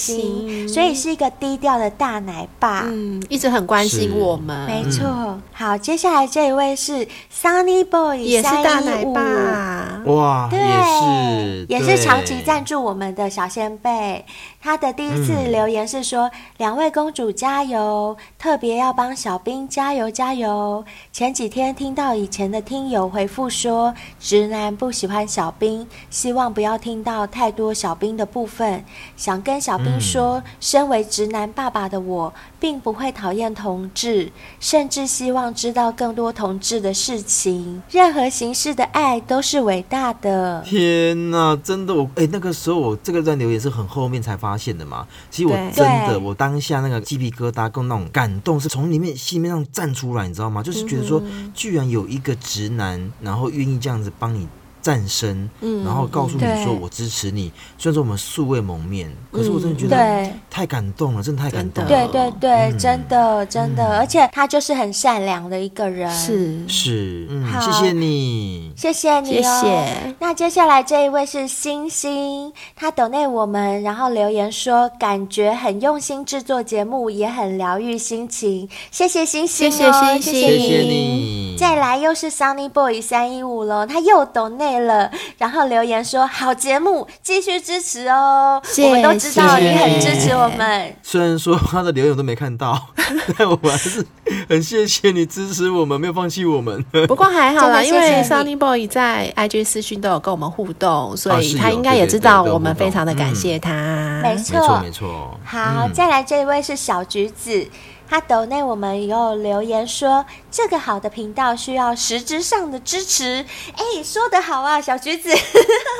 S2: 心
S3: 所以是一个低调的大奶爸。
S2: 嗯，一直很关心
S4: 是
S2: 我们，
S3: 没错，好，接下来这一位是 Sunny Boy，
S2: 也是大奶
S3: 3155
S2: 爸。
S4: 哇，
S3: 对
S4: 哦也是，
S3: 也
S4: 对
S3: 是长期赞助我们的小先辈。他的第一次
S4: 嗯
S3: 留言是说：“两位公主加油，特别要帮小兵加油加油。”前几天听到以前的听友回复说，直男不喜欢小兵，希望不要听到太多小兵的部分。想跟小兵
S4: 嗯
S3: 说，身为直男爸爸的我，并不会讨厌同志，甚至希望知道更多同志的事情。任何形式的爱都是伟大的。
S4: 天呐，真的我哎、那个时候我这个段留言是很后面才发现的嘛。其实我
S2: 对
S4: 真的，
S3: 对
S4: 我当下那个鸡皮疙瘩跟那种感动是从里面心里面上站出来，你知道吗？就是觉得说，居然有一个直男，然后愿意这样子帮你。站身，然后告诉你
S3: 对
S4: 说我支持你。虽然说我们素未谋面，可是我真的觉得
S3: 对
S4: 太感动了，真的太感动
S2: 真的
S4: 了
S3: 对。对对，
S2: 嗯
S3: 真的真的，而且他就是很善良的一个人。，
S2: 是，
S4: 是，嗯，
S3: 好
S4: 谢谢你。
S3: 谢谢你、哦，
S2: 谢谢。
S3: 那接下来这一位是星星，他抖内我们，然后留言说感觉很用心制作节目，也很疗愈心情。谢谢星星、哦，
S2: 谢谢
S3: 谢
S2: 星星
S4: 谢
S3: 你
S4: 谢你，
S3: 再来又是 Sunny Boy 三一五喽，他又抖内了，然后留言说好节目，继续支持哦。
S2: 谢
S3: 我们都知道
S2: 谢
S3: 你很支持我们，
S4: 虽然说他的留言我都没 看到，但我还是很谢谢你支持我们，没有放弃我们。
S2: 不过还好啦，
S3: 真
S2: 因
S3: 的谢谢
S2: 为
S3: 你
S2: Sunny Boy 在 IG 私讯都有跟我们互动，所
S4: 啊
S2: 以
S4: 是
S2: 他
S4: 有
S2: 应该
S4: 对
S2: 也
S4: 对
S2: 知
S4: 对
S2: 道
S4: 都有
S2: 我们
S4: 互动
S2: 非常的感
S4: 嗯
S2: 谢他。
S3: 没
S4: 没错，嗯没错。
S3: 好，再来这一位是小橘子，他抖内我们也有留言说，这个好的频道需要实质上的支持。哎，说得好啊，小橘子，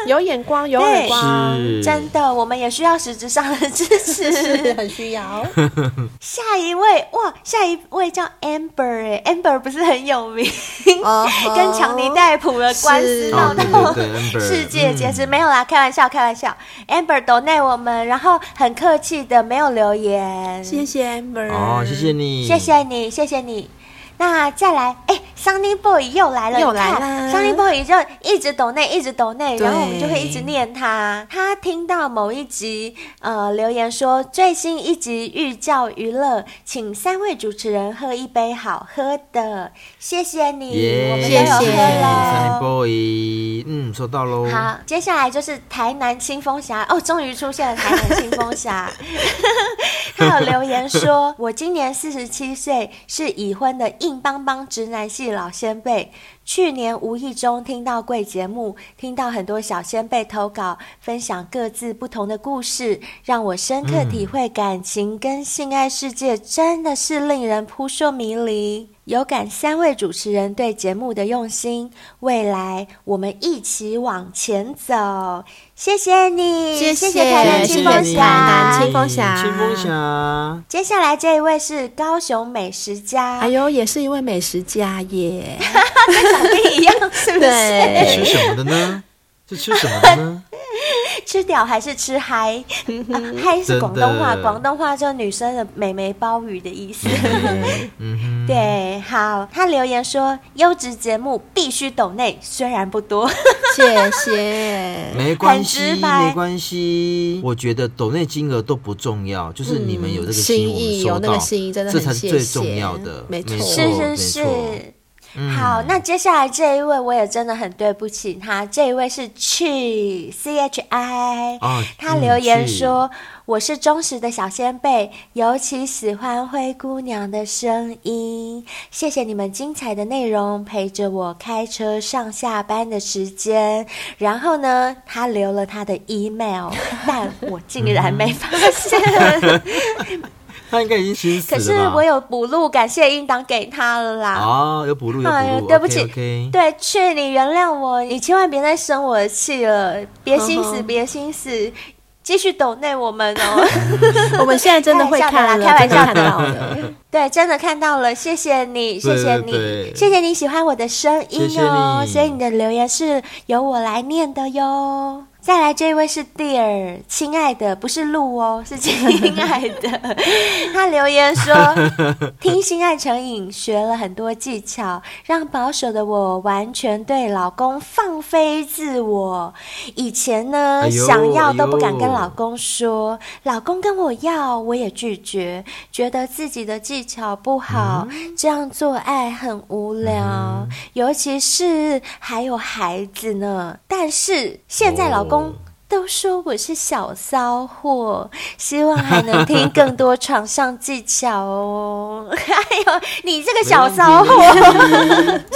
S2: 有眼光，有耳
S3: 对
S2: 光，
S4: 是
S3: 真的，我们也需要实质上的支 持。
S2: 很需要。
S3: 下一位哇，下一位叫 Amber 哎、a m b e r 不是很有名，
S2: 哦吼
S3: 跟强尼戴普的官司
S2: 是
S3: 闹
S4: 哦
S3: 到
S4: 对对对，Amber，
S3: 世界皆知，
S4: 嗯
S3: 没有啦，开玩笑，开玩笑。Amber 抖内我们，然后很客气的没有留言，
S2: 谢谢 Amber，
S4: 哦，谢谢你，
S3: 谢谢你，谢谢你。那再来，哎，Sunny Boy 又来了，
S2: 又
S3: 你看
S2: 来啦
S3: Sunny Boy 就一直抖内，一直抖内，
S2: 对
S3: 然后我们就会一直念他。他听到某一集，呃，留言说最新一集寓教于乐，请三位主持人喝一杯好喝的，谢谢你，
S4: 耶，
S3: 我们都
S2: 谢
S3: 有
S2: 谢
S3: 喝了
S4: Sunny。Boy，嗯，收到喽。
S3: 好，接下来就是台南清风峡哦，终于出现了台南清风峡。他有留言说：“我今年四十七岁，是已婚的硬邦邦直男系老先辈。去年无意中听到贵节目，听到很多小先辈投稿，分享各自不同的故事，让我深刻体会感情跟性爱世界真的是令人扑朔迷离。”有感三位主持人对节目的用心，未来我们一起往前走。谢谢你，
S2: 谢
S3: 谢
S2: 谢
S3: 台南
S2: 谢谢
S3: 清风
S2: 你
S3: 侠，
S2: 台南清风侠
S4: 清风侠，
S3: 接下来这一位是高雄美食家，
S2: 哎呦，也是一位美食家耶，
S3: 跟小兵一样，是不是？
S4: 是
S2: 对，
S4: 吃什么的呢？是吃什么的呢？
S3: 吃屌还是吃嗨？ 啊嗨是广东话，
S4: 嗯真的
S3: 广东话就女生的美眉鲍鱼的意思。
S4: 嗯 哼，
S3: 对，好，他留言说优质节目必须抖内，虽然不
S4: 哦
S3: 多，
S2: 谢谢。
S4: 没关系，
S3: 很直白
S4: 没关系。我觉得抖内金额都不重要，就是你
S3: 嗯
S4: 们有这个
S2: 心
S4: 心，我
S2: 意
S4: 们
S2: 有
S4: 收
S2: 那个
S4: 到，
S2: 心意真的
S4: 这
S2: 很
S4: 才
S2: 谢
S4: 是
S2: 谢
S4: 最重要的。
S2: 没错
S3: 是
S4: 没
S3: 是
S4: 错。
S3: 是。
S4: 嗯
S3: 好，那接下来这一位我也真的很对不起他，这一位是 Chi C H I，、
S4: 啊
S3: 他
S4: 嗯
S3: 留言
S4: 是
S3: 说、我是忠实的小先辈，尤其喜欢灰姑娘的声音，谢谢你们精彩的内容，陪着我开车上下班的时间。然后呢，他留了他的 email，但我竟然没发现，
S4: 他应该已经心死
S3: 可
S4: 了
S3: 是
S4: 吧
S3: 我有补录感谢音档给他了啦。
S4: 啊，有补录有
S3: 哎
S4: 补
S3: 呀，
S4: 录，
S3: 对不起
S4: o k
S3: 对，去你原谅我，你千万别再生我的气了，别心 死，别心死，继续抖内我们哦。
S2: 我们现在真的会看了，
S3: 开玩
S2: 真的
S3: 笑
S2: 看
S3: 的啦
S2: 到的。
S3: 对，真的看到了，谢谢你，谢谢你，
S4: 对对对
S3: 谢谢你喜欢我的声音哦，
S4: 谢谢你
S3: 所以你的留言是由我来念的哟。再来这位是 Dear，亲爱的，不是鹿哦，是亲爱的。 他留言说， 听性爱成瘾学了很多技巧，让保守的我完全对老公放飞自我。以前呢，
S4: 哎呦
S3: 想要都不
S4: 哎
S3: 敢
S4: 呦
S3: 跟老公说，老公跟我要，我也拒绝，觉得自己的技巧不好，
S4: 嗯
S3: 这样做爱很无聊，尤其是还有孩子呢。但是现在老公、
S4: 哦
S3: 都说我是小骚货，希望还能听更多床上技巧哦。 哎呦，你这个小骚货，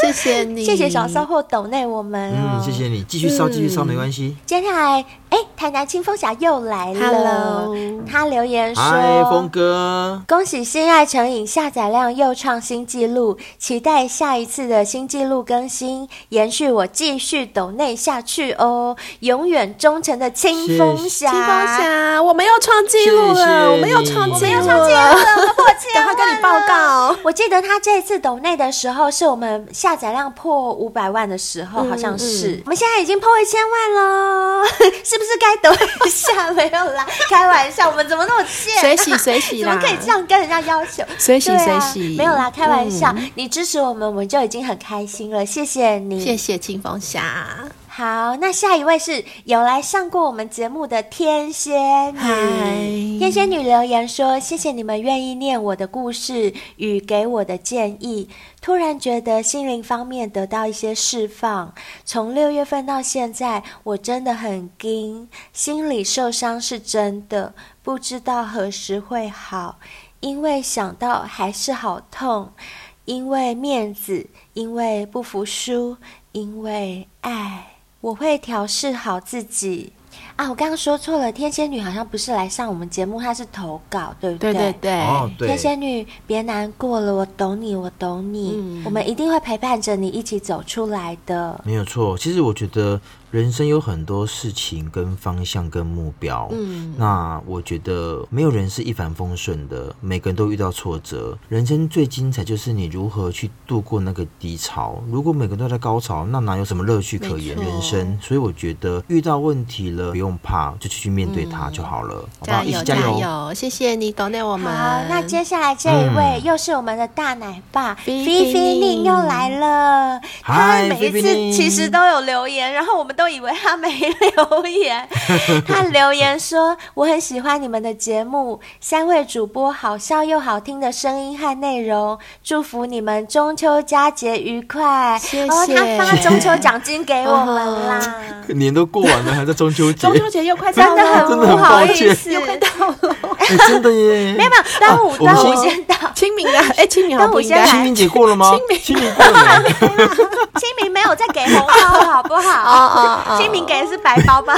S2: 谢谢你，
S3: 谢谢小骚。货抖内我们哦。
S4: 嗯，谢谢你，继续烧，继续烧，
S2: 嗯
S4: 没关系。
S3: 接下来，哎，台南清风侠又来了
S2: Hello
S3: 他留言说：“
S4: 嗨，峰哥，
S3: 恭喜性爱成瘾下载量又创新纪录，期待下一次的新纪录更新，延续我继续抖内下去哦，永远忠诚的清风
S4: 谢
S3: 侠，
S2: 清风侠，我们又创纪录
S4: 谢谢
S2: 了，
S4: 你
S2: 我们又创纪录了，
S3: 破 千
S2: 赶
S3: 万
S2: 快
S3: 了
S2: 跟你报。告。
S3: 我记得他这次抖内的时候，是我们下载量破五百万的时候，
S2: 嗯
S3: 好像是。我们现在已经破一千万喽， 是不是该抖一下？没有 啦，开玩笑，我们怎么那么贱？啊
S2: 随喜随喜
S3: 怎
S2: 啦
S3: 么可以这样跟人家要求？
S2: 随喜
S3: 对啊
S2: 随喜嗯
S3: 没有啦，开玩笑。你支持我们，我们就已经很开心了，谢谢你。
S2: 谢谢清风侠，
S3: 好，那下一位是有来上过我们节目的天仙女。
S2: 嗨
S3: 天仙女留言说：“谢谢你们愿意念我的故事与给我的建议，突然觉得心灵方面得到一些释放。从六月份到现在，我真的很惊，心理受伤是真的，不知道何时会好，因为想到还是好痛，因为面子，因为不服输。”因为爱，我会调试好自己。啊，我刚刚说错了，天仙女好像不是来上我们节目，她是投稿，对不
S2: 对对对，
S4: 哦，对
S3: 天，仙女，别难过了，我懂你，我懂你，
S2: 嗯
S3: 我们一定会陪伴着你一起走出来的。
S4: 没有错。其实我觉得人生有很多事情跟方向跟目标，
S2: 嗯，
S4: 那我觉得没有人是一帆风顺的，每个人都遇到挫折。人生最精彩就是你如何去度过那个低潮。如果每个人都在高潮，那哪有什么乐趣可言？
S2: 没错
S4: 人生，所以我觉得遇到问题了，不用怕，就去去面对它就好了，好不
S2: 加
S4: 好？一
S2: 油
S4: 起加油！
S2: 油，谢谢你懂内我们。
S3: 好，那接下来这一位、
S4: 嗯
S3: 又是我们的大奶爸菲
S2: Fifi
S3: 菲宁又来了。他
S4: 嗨
S3: 每一
S4: Fifi
S3: 次
S4: 宁
S3: 其实都有留言，然后我们都以为他没留 言。他留言说：“我很喜欢你们的节目，三位主播好笑又好听的声音和内容，祝福你们中秋佳节愉快。”
S2: 谢
S3: 哦，
S2: 谢
S3: 他发中秋奖金给我们啦，
S4: 年都过完了，还在中秋节
S2: 中秋节又快到
S3: 真的
S2: 了，
S3: 很
S4: 真
S3: 不
S4: 的很
S3: 好
S4: 抱
S3: 意
S4: 歉
S3: 思，
S2: 哦又快到了，
S4: 哎真的耶！
S3: 没有没有，端午
S4: 啊我们
S3: 端午
S4: 先
S3: 先到。
S2: 清明 啊，哎，清明好像不应
S3: 端午节
S4: 清
S2: 该。
S4: 明节过了吗？清明过了没？
S3: 清明没有再给红包，好不好？
S2: 哦哦
S3: 清明给的是白包 包。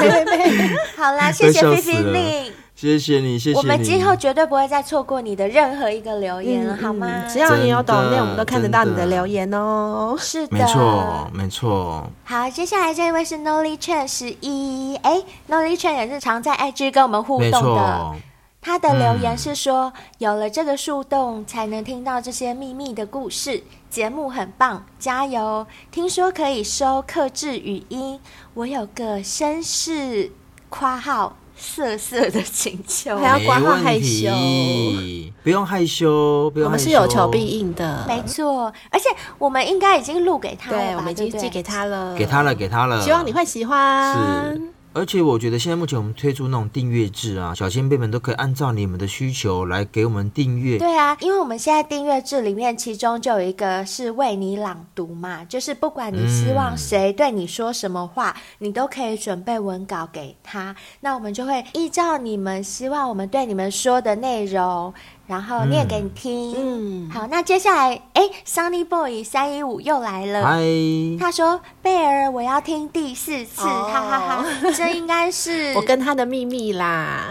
S2: 没没没，
S3: 好啦，谢谢
S4: 笑
S3: 菲
S4: 死
S3: 菲
S4: 了
S3: 令，
S4: 谢谢你，谢谢你。
S3: 我们今后绝对不会再错过你的任何一个留言
S4: 嗯
S3: 了，好吗？
S2: 只要你有懂
S4: 真的
S2: 内，我们都看得到你的
S4: 真的
S2: 留言哦。
S3: 是的，
S4: 没错，。没错。
S3: 好，接下来这位是 Nolly Chen 十一，哎，Nolly Chen 也是常在 IG 跟我们互
S4: 没
S3: 动的。
S4: 错，
S3: 他的留
S2: 嗯
S3: 言是说，有了这个树洞，才能听到这些秘密的故事。节目很棒，加油！听说可以收克制语音，我有个绅士夸号色色的请求
S2: 还。要
S4: 没
S2: 挂号
S4: 问
S2: 害羞
S4: 题，不用害羞，不
S2: 我
S4: 用害
S2: 们
S4: 羞。
S2: 是有求必应的，
S3: 没错，而且我们应该已经录给他了吧？
S2: 对，我们已经
S3: 对不对
S2: 寄给他了，
S4: 给他了，给他了。
S2: 希望你会喜欢
S4: 是。。而且我觉得现在目前我们推出那种订阅制啊，小先辈们都可以按照你们的需求来给我们订阅。
S3: 对啊，因为我们现在订阅制里面，其中就有一个是为你朗读嘛，就是不管你希
S2: 嗯
S3: 望谁对你说什么话，你都可以准备文稿给他。那我们就会依照你们希望我们对你们说的内容，然后念给你听。
S2: 嗯
S3: 好，那接下来，哎，Sunny Boy 三一五又来了。
S4: 嗨，
S3: 他说：“贝尔，我要听第四次，
S2: 哦
S3: 哈哈哈！这应该是
S2: 我跟他的秘密啦，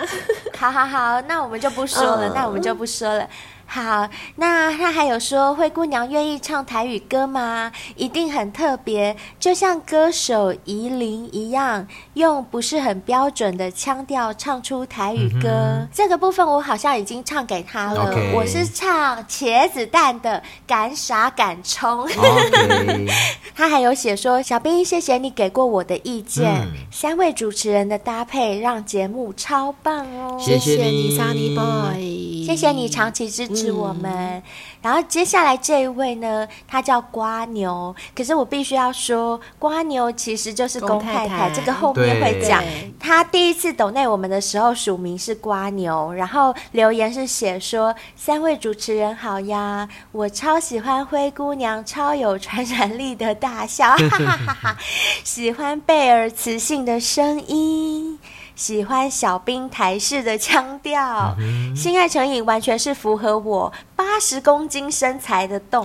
S3: 好好好，那我们就不说了，
S2: 嗯
S3: 那我们就不说了。好，那他还有说，灰姑娘愿意唱台语歌吗？一定很特别，就像歌手夷陵一样，用不是很标准的腔调唱出台语歌。这个部分我好像已经唱给他了
S4: 嗯 OK
S3: 我是唱茄子蛋的《敢傻敢冲》
S4: OK，
S3: 他还有写说：“小兵，谢谢你给过我的意见，
S4: 嗯
S3: 三位主持人的搭配让节目超棒哦。”
S4: 谢谢
S2: 谢
S4: 你
S2: 你，Sunny Boy，
S3: 谢谢你长期支持我们。嗯然后接下来这一位呢，他叫瓜牛，可是我必须要说，瓜牛其实就是
S2: 龚
S3: 龚太
S2: 太太
S3: 这个后面会讲
S2: 对。
S3: 他第一次抖内我们的时候，署名是瓜牛，然后留言是写说：“三位主持人好呀，我超喜欢灰姑娘超有传染力的大笑，哈哈哈哈，喜欢贝尔磁性的声音。”喜欢小兵台式的腔调，
S4: 嗯
S3: 性爱成瘾完全是符合我八十公斤身材的 洞，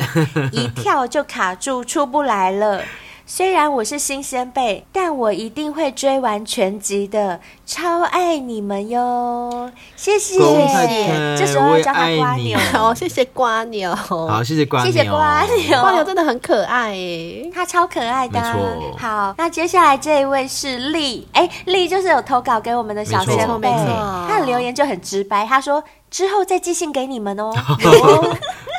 S3: 一跳就卡住出不来了。虽然我是新鲜辈，但我一定会追完全集的，超爱你们哟！谢谢，
S4: 龚太太
S3: 这时候要叫
S4: 我
S3: 他
S4: 也
S3: 瓜
S4: 爱你
S3: 牛，
S2: 哦，谢谢瓜牛，
S4: 好，谢谢哦瓜
S3: 谢
S4: 牛，
S3: 谢瓜牛，
S2: 瓜牛真的很可爱耶。
S3: 他超可爱的啊、
S4: 没错
S3: 好，那接下来这一位是丽，哎，丽就是有投稿给我们的小
S4: 没
S3: 先
S4: 错
S3: 辈
S4: 没错，
S3: 他的留言就很直白，他说之后再寄信给你 们哦。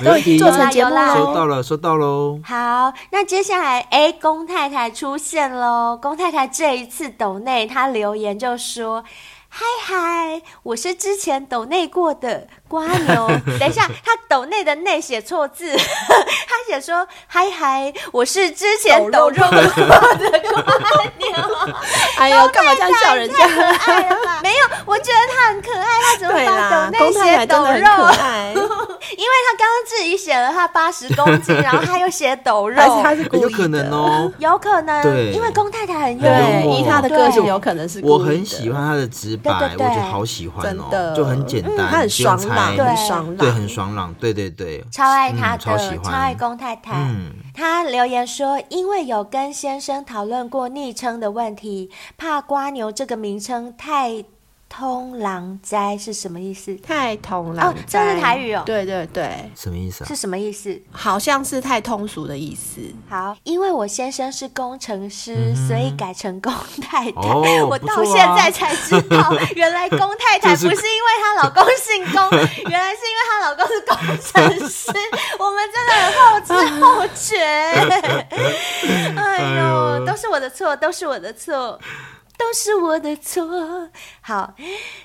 S4: 没问 题，
S2: 做成节目
S3: 有啦
S4: 收
S2: 喽，
S4: 到了，收到 喽。
S3: 好，那接下来，哎，龚太太出现喽。龚太太这一次抖内，她留言就说。嗨嗨，我是之前抖内过的瓜 牛。等一下，他抖内的内写错字， 他写说嗨嗨，我是之前抖
S2: 抖
S3: 肉过的瓜牛。
S2: 哎呦，干嘛这样笑人
S3: 太
S2: 家？
S3: 可爱了吧？没有，我觉得他很可爱，他怎么
S2: 对
S3: 把抖
S2: 啦，
S3: 内
S2: 龚太
S3: 写
S2: 太真
S3: 抖
S2: 的很
S3: 肉？
S2: 可爱，
S3: 因为他刚刚自己写了他八十公 斤，然后他又写抖肉。
S2: 还，是他是故 意
S4: 有
S2: 的
S4: 可能。哦
S3: 有可能，
S4: 对
S3: 因为龚太太很幽
S4: 幽默
S2: 对，
S3: 默，
S2: 依他的个性，有可能是故意
S4: 我
S2: 的
S4: 很喜欢他的直
S3: 对对
S4: 白，我
S3: 对嗯
S4: 觉得好喜欢
S2: 真
S4: 哦，
S2: 的嗯
S4: 就很简单，
S2: 他很
S4: 不用
S2: 爽
S4: 猜
S2: 朗，
S3: 对
S2: 很爽
S4: 对，
S2: 朗，
S4: 很爽朗，对对对，
S3: 超爱他的，
S4: 嗯超喜欢，
S3: 爱龚太太。
S4: 嗯
S3: 他留言说，因为有跟先生讨论过昵称的问题，怕瓜牛这个名称太通狼灾是什么意思？
S2: 太通了。
S3: 哦这是台语哦
S2: 对对对，
S4: 什么意思啊
S3: 是？什么意思？
S2: 好像是太通俗的意思。
S3: 好，因为我先生是工程师，所以改成龚太太。
S4: 嗯哦
S3: 我
S4: 不
S3: 到
S4: 错
S3: 现在
S4: 啊
S3: 才知 道，原来龚太太
S4: 这
S3: 不是因
S4: 是
S3: 为她老公姓 龚，原来是因为她老公是工程师。 我们真的很后知后 觉。哎呦，都是我的错，都是我的错。都是我的错。好，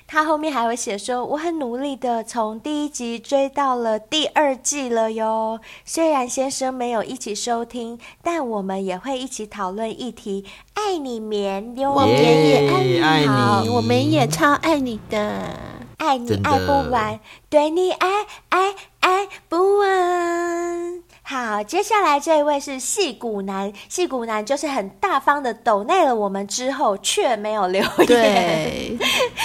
S3: 他后面还会写说，我很努力的从第一集追到了第二季了哟。虽然先生没有一起收听，但我们也会一起讨论议题。爱你绵哟，
S2: 我们也
S4: 爱
S2: 爱
S4: 你
S2: 好，
S3: 哦
S2: 我们也超爱你的。
S3: 爱你
S4: 真的
S3: 爱不完，对你爱爱爱不完。好，接下来这一位是戏骨男，戏骨男就是很大方的抖内了我们之后，却没有留 言。
S2: 对，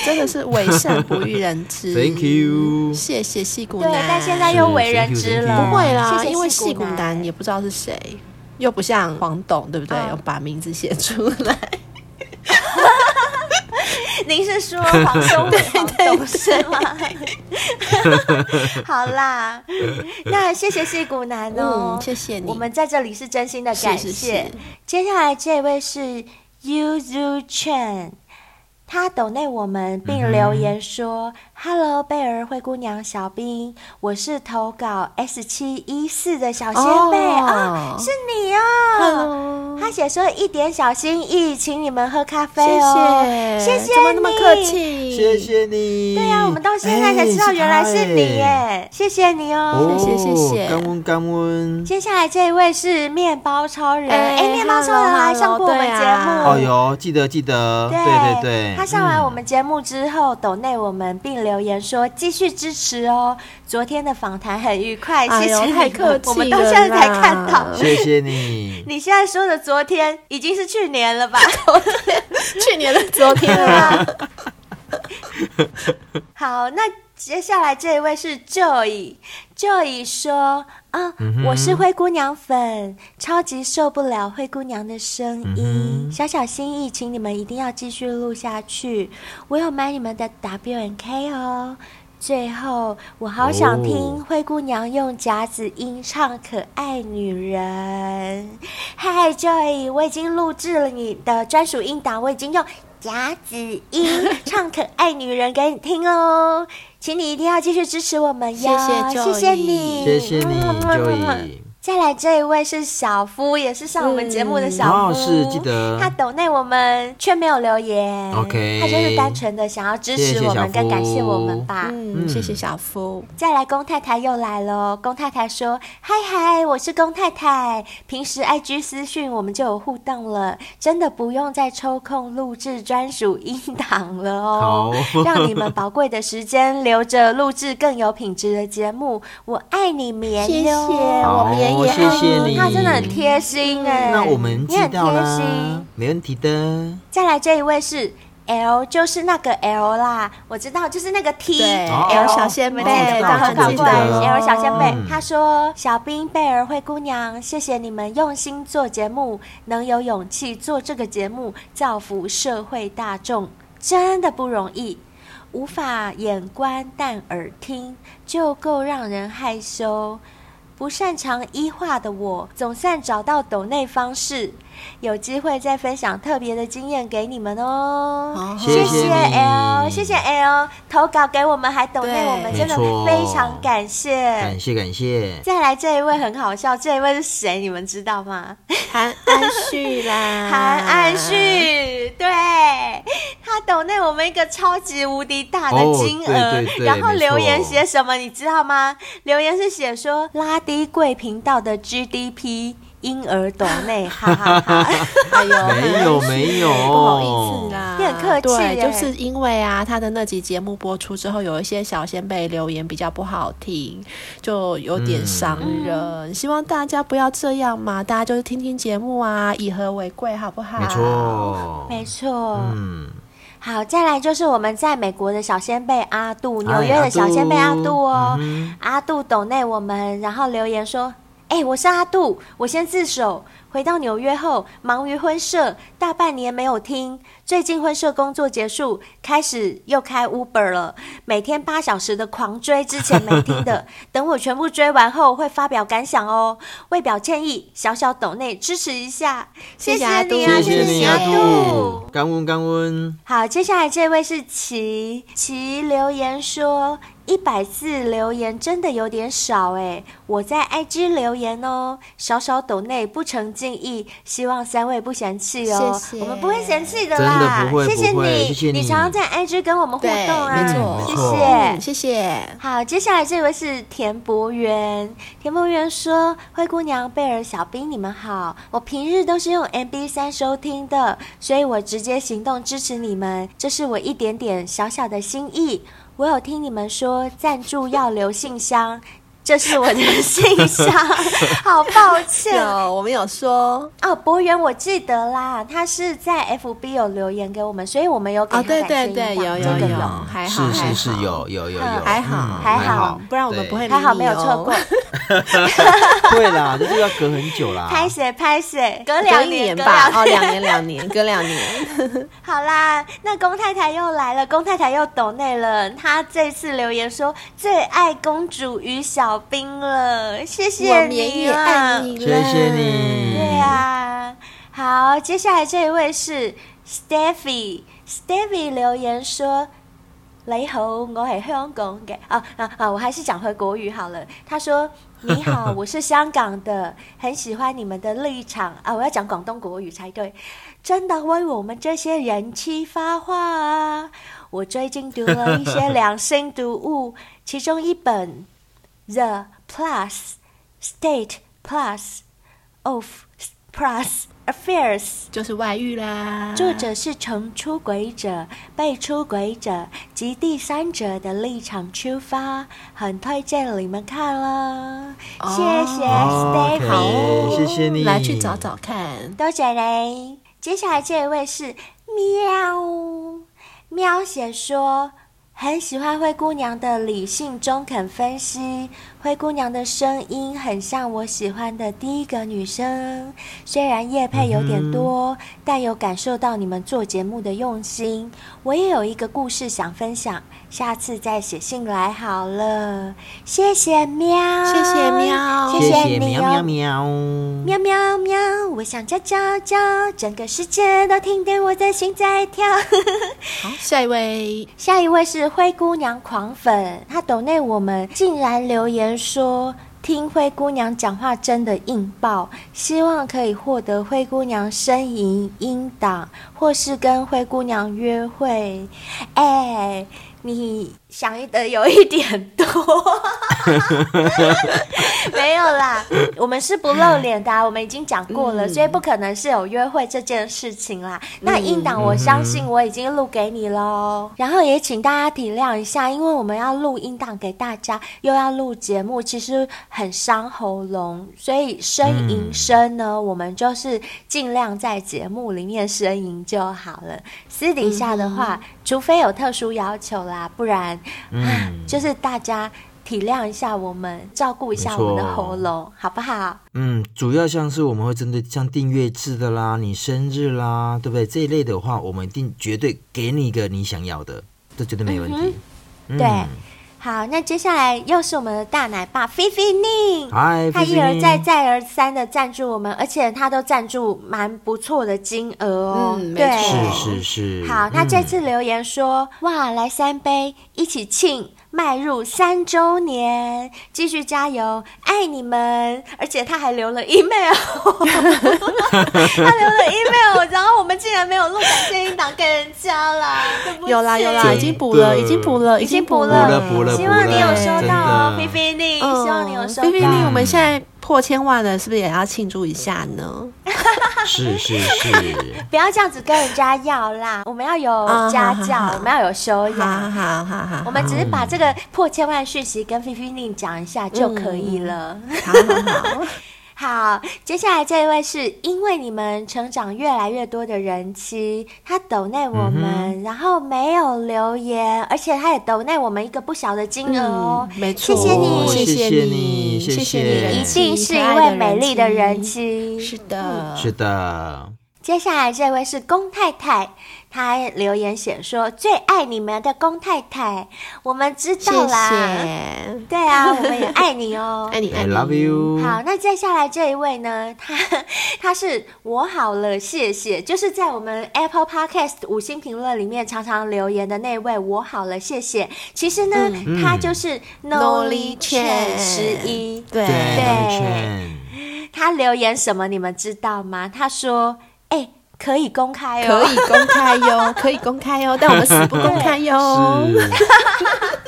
S2: 真的是为善不欲人知。
S4: Thank you
S2: 谢谢戏骨
S3: 对
S2: 男。，
S3: 但现在又为人知了，
S4: 不
S2: 不会啦，
S3: 谢谢
S2: 因为
S3: 戏
S2: 戏骨男也不知道是谁，又不像黄董，对不对？
S3: 嗯
S2: 有把名字写出 来，
S3: 您是说黄兄伟黄董是吗？ 好 啦，那谢谢戏骨男哦，
S2: 嗯谢谢你
S3: 我们在这里是真心的感谢。
S2: 是是是
S3: 接下来这位是 Yuzu Chen。他抖内我们，并留言
S2: 嗯
S3: 说、h e l l o 贝儿灰姑娘小兵，我是投稿 S 七一四的小仙贝啊、
S2: 哦
S3: 是你哦
S2: Hello
S3: 他写说一点小心意，请你们喝咖啡哦，谢谢，
S2: 怎么那么客。气？
S4: 谢谢你。
S3: 对啊呀、我们到现在才知道
S4: 哎
S3: 原来是你耶，
S4: 他哎
S3: 谢谢你哦。
S2: 谢谢谢谢
S4: 干温干温。
S3: 接下来这一位是面包超人，哎、
S2: 哎啊
S3: 面包超人来上过我们节
S2: hello，hello，
S3: 目，
S4: 哦哟，记得记得，对对对，
S3: 他上完我
S4: 嗯
S3: 们节目之后，抖内我们并留言说继续支持哦。昨天的访谈很愉快，
S2: 哎
S3: 谢
S2: 呦
S3: 谢你
S2: 太客气
S3: 我们到现在才
S2: 了啦
S3: 看到。。
S4: 谢谢你
S3: 你现在说的昨天已经是去年了 吧？
S2: 去年的昨天
S3: 对
S2: 啊，
S3: 啊。好，那接下来这一位是 Joy。Joy 说：“啊、我是灰姑娘粉，超级受不了灰姑娘的声音。小小心意，请你们一定要继续录下去。我有买你们的 W N K 哦。最后，我好想听
S4: 哦
S3: 灰姑娘用夹子音唱《可爱女人》。嗨，Joy，我已经录制了你的专属音档，我已经用夹子音唱《可爱女人》给你听哦，请你一定要继续支持我们哟，
S2: 谢谢
S3: 谢
S2: Joy
S3: 谢你，
S4: 谢谢你
S3: 嗯
S4: ，Joey。
S3: 再来这一位是小夫，也是上我们节目的小夫，
S4: 嗯哦是记得
S3: 他抖内我们却没有留言
S4: OK
S3: 他就是单纯的想要支持我们，
S4: 谢谢小
S3: 跟
S4: 夫
S3: 感谢我们吧。
S2: 嗯，
S4: 嗯
S2: 谢谢小夫。
S3: 再来，龚太太又来了。龚太太说：“嗨嗨，我是龚太太。平时 IG 私讯我们就有互动了，真的不用再抽空录制专属音档了哦。
S4: 好
S3: 让你们宝贵的时间留着录制更有品质的节目。我爱你们哟，
S2: 谢谢
S4: 好
S2: 我们也也
S4: 谢谢你
S3: 嗯他真的很贴心哎、
S4: 那我们
S3: 你
S4: 知
S3: 很贴
S4: 道啦
S3: 心。，
S4: 没问题的。
S3: 再来这一位是 L，就是那个 L 啦，我知道，就是那个 T
S2: 对
S4: 哦
S3: L
S2: L 小仙妹
S3: 对，
S2: 大家
S3: 很搞
S2: 记得
S3: 怪
S2: 哦
S3: L 小仙妹
S4: 嗯，
S3: 她说：“小兵贝尔灰姑娘，谢谢你们用心做节目，能有勇气做这个节目，造福社会大众，真的不容易。”无法眼观但耳听，就够让人害羞。不擅长医化的我，总算找到抖内方式，有机会再分享特别的经验给你们哦
S2: 哦。
S3: 谢
S4: 谢谢你
S3: L，谢谢 L 投稿给我们，还抖内
S2: 对
S3: 我们，真的
S4: 没错
S3: 非常感谢
S2: 哎
S4: 感。谢感谢，
S3: 再来这一位很好笑，这一位是谁？你们知道吗？
S2: 韩安旭啦，
S3: 韩安，旭，对他抖内我们一个超级无敌大的金额，
S4: 哦对对对
S3: 然后
S4: 没错
S3: 留言写什么，你知道吗？留言是写说拉低贵频道的 GDP，婴儿抖内，哈哈 哈。
S2: 哎呦，
S4: 没有没有，
S2: 不好意思
S4: 哦
S2: 啦，
S3: 你很客气
S2: 对，
S3: 耶
S2: 就是因为啊，他的那集节目播出之后，有一些小先辈留言比较不好听，就有点伤人。希望大家不要这样嘛，大家就是听听节目啊，以和为贵，好不好？
S4: 没，错，
S3: 没错，
S4: 嗯，
S3: 好，再来就是我们在美国的小先辈阿杜，纽
S4: 哎
S3: 约的小先辈阿杜哦，
S4: 阿杜嗯
S3: 阿杜抖内我们，然后留言说。哎、我是阿杜，我先自首。回到纽约后，忙于婚社，大半年没有听。最近婚社工作结束，开始又开 Uber 了，每天八小时的狂追之前没听 的。等我全部追完后，会发表感想哦。为表歉意，小小抖内支持一下，
S2: 谢谢
S3: 谢
S2: 阿
S3: 你
S2: 杜
S3: 啊，
S4: 谢
S2: 谢啊
S4: 谢你
S3: 你
S4: 阿
S2: 阿
S4: 杜，。干温干温，
S3: 好，接下来这位是琪，琪留言说一百字留言真的有点少哎，我在 IG 留言哦，少少抖内不成敬意，希望三位不嫌弃哦，
S2: 谢谢
S3: 我们不会嫌弃的啦，
S4: 真的不会
S3: 谢谢
S4: 不会
S3: 你，
S4: 谢谢你
S3: 常常在 IG 跟我们互动
S2: 对，
S3: 啊，
S2: 没
S4: 嗯
S2: 错，
S4: 没
S3: 谢
S4: 错
S3: 谢，
S2: 嗯谢谢。
S3: 好，接下来这位是田博元。田博元说：“灰姑娘、贝尔、小兵，你们好，我平日都是用 MB 三收听的，所以我直接行动支持你们，这是我一点点小小的心意。我有听你们说赞助要留信箱，这是我的信箱，好抱歉。”
S2: 有，我们有说
S3: 哦，博元，我记得啦，他是在 FB 有留言给我们，所以我们有给
S2: 哦，
S3: 他
S2: 对
S3: 感谢
S2: 对
S3: 音
S2: 对，
S3: 档
S2: 有
S3: 这
S2: 有
S3: 个
S2: 有
S3: 有，
S2: 还好
S4: 哎是
S2: 还
S4: 是是
S2: 好，
S4: 有有有有，
S2: 还好
S4: 嗯
S3: 还好
S2: 不然我们
S4: 对
S2: 不会理
S3: 还好
S2: 你
S3: 没有
S2: 哦
S3: 错过。
S4: 会啦，这就要隔很久啦。
S3: 拍写拍写，隔
S2: 隔
S3: 两
S2: 一
S3: 年
S2: 年
S3: 隔两
S2: 吧，哦，
S3: 年
S2: 两年两年，隔两年。
S3: 好啦，那龚太太又来了，龚太太又抖内了。她这次留言说最爱公主与小兵了，谢谢
S2: 我们
S3: 你
S2: 也
S3: 啊
S2: 爱！你啦，
S4: 谢谢你
S3: 对啊，好，接下来这一位是 Steffi。 Stevie 留言说。你好，我係香港嘅啊啊啊！我还是讲回国语好了。他说：“你好，我是香港的，很喜欢你们的立场啊！”我要讲广东国语才对，真的为我们这些人气发话啊！我最近读了一些良心读物，其中一本《The Plus State Plus of Plus Affairs》。
S2: 就是外遇啦。
S3: 作者是从出轨者、被出轨者及第三者的立场出发，很推荐你们看啦。
S2: 哦
S3: 谢谢
S4: 哦 OK，
S3: Stephy，、
S4: 谢谢你，
S2: 来去找找看。
S3: 多谢你。接下来这一位是喵喵写说。很喜欢灰姑娘的理性中肯分析，灰姑娘的声音很像我喜欢的第一个女生。虽然夜配有点多，但有感受到你们做节目的用心。我也有一个故事想分享，下次再写信来好了。谢谢喵，
S2: 谢谢喵
S3: 谢
S4: 谢谢
S3: 你
S4: 喵
S3: 哦
S4: 喵喵
S3: 喵喵喵！我想叫叫叫，整个世界都听见我的心在跳。
S2: 好，下一位，
S3: 下一位是灰姑娘狂粉，她抖内我们竟然留言说。听灰姑娘讲话真的硬爆，希望可以获得灰姑娘呻吟音档，或是跟灰姑娘约会。哎，你想的有一点多， 没有啦，我们是不露脸的啊、我们已经讲过了，所以不可能是有约会这件事情啦。那音档我相信我已经录给你喽，然后也请大家体谅一下，因为我们要录音档给大家，又要录节目，其实很伤喉咙，所以呻吟声呢，我们就是尽量在节目里面呻吟就好了。私底下的
S4: 嗯
S3: 话，除非有特殊要求啦，不然，唉
S4: 嗯
S3: 就是大家。体谅一下我们，照顾一下我们的
S4: 没错
S3: 喉咙，好不好？
S4: 嗯，主要像是我们会针对像订阅制的啦、你生日啦，对不对？这一类的话，我们一定绝对给你一个你想要的，这绝对没问题。嗯
S3: 对，好，那接下来又是我们的大奶爸菲菲宁，
S4: 嗨，
S3: 他
S4: 菲
S3: 一
S4: 菲
S3: 而
S4: 妮
S3: 再、再而三的赞助我们，而且他都赞助蛮不错的金额哦。
S2: 嗯没
S3: 对，
S2: 错
S4: 是是嗯是。
S3: 好，那这
S4: 嗯
S3: 次留言说，哇，来三杯，一起庆。迈入三周年，继续加油，爱你们！而且他还留了 email，他留了 email，然后我们竟然没有录感谢音档给人家啦，对不起。
S2: 有啦有啦，
S4: 真
S2: 已经补了，
S4: 的
S2: 已经补了，
S3: 已经补
S2: 补
S3: 了，
S4: 补了
S3: 希望你有收到哦，
S4: 真
S3: 菲
S4: 的
S3: 菲你，希
S2: 嗯
S3: 望你有收
S2: 菲菲
S3: 到。
S2: 你我们现在破千万了，是不是也要庆祝一下呢？
S4: 嗯是是是，
S3: 不要这样子跟人家要啦，我们要有
S2: 啊
S3: 家
S2: 好好
S3: 教，
S2: 好
S3: 我们要有修
S2: 好
S3: 养。
S2: 好好 好，
S3: 我们只是把
S2: 嗯
S3: 这个破千万讯息跟菲菲令讲一下就可以了。
S2: 好好好，
S3: 好，接下来这一位是因为你们成长越来越多的人妻，他抖内
S2: 嗯
S3: 我们，然后没有留言，而且他也抖内我们一个不小的金额哦
S2: 嗯，，没错，
S3: 谢谢
S4: 谢
S3: 你
S2: 谢
S4: 谢你
S2: 你，
S4: 谢
S2: 谢
S4: 谢
S2: 你人
S3: 一
S2: 妻，
S3: 定是
S2: 可
S3: 一
S2: 爱
S3: 位
S2: 的
S3: 美丽的人
S2: 妻，
S3: 妻。
S2: 是的，
S4: 是 的，
S3: 接下来这位是龚太太，她留言写说：“最爱你们的龚太太，我们知
S2: 谢
S3: 道啦。
S2: 谢，
S3: 对啊，我们也爱你哦。
S2: 爱你爱
S4: I
S2: 你
S4: love you。
S3: 好，那接下来这一位呢？他他是我好了，谢谢，就是在我们 Apple Podcast 五星评论里面常常留言的那位。我好了，谢谢。其实呢，他就是 Nolly
S2: Nolly
S3: Chen
S2: Chen
S3: 十一，
S2: 对
S4: 对，那
S3: 对
S4: 一圈
S3: 他留言什么？你们知道吗？他说：“哎、可以公开哦。”
S2: 可以公开哟，可以公开哟，但我们死不公开 哟。
S4: 是，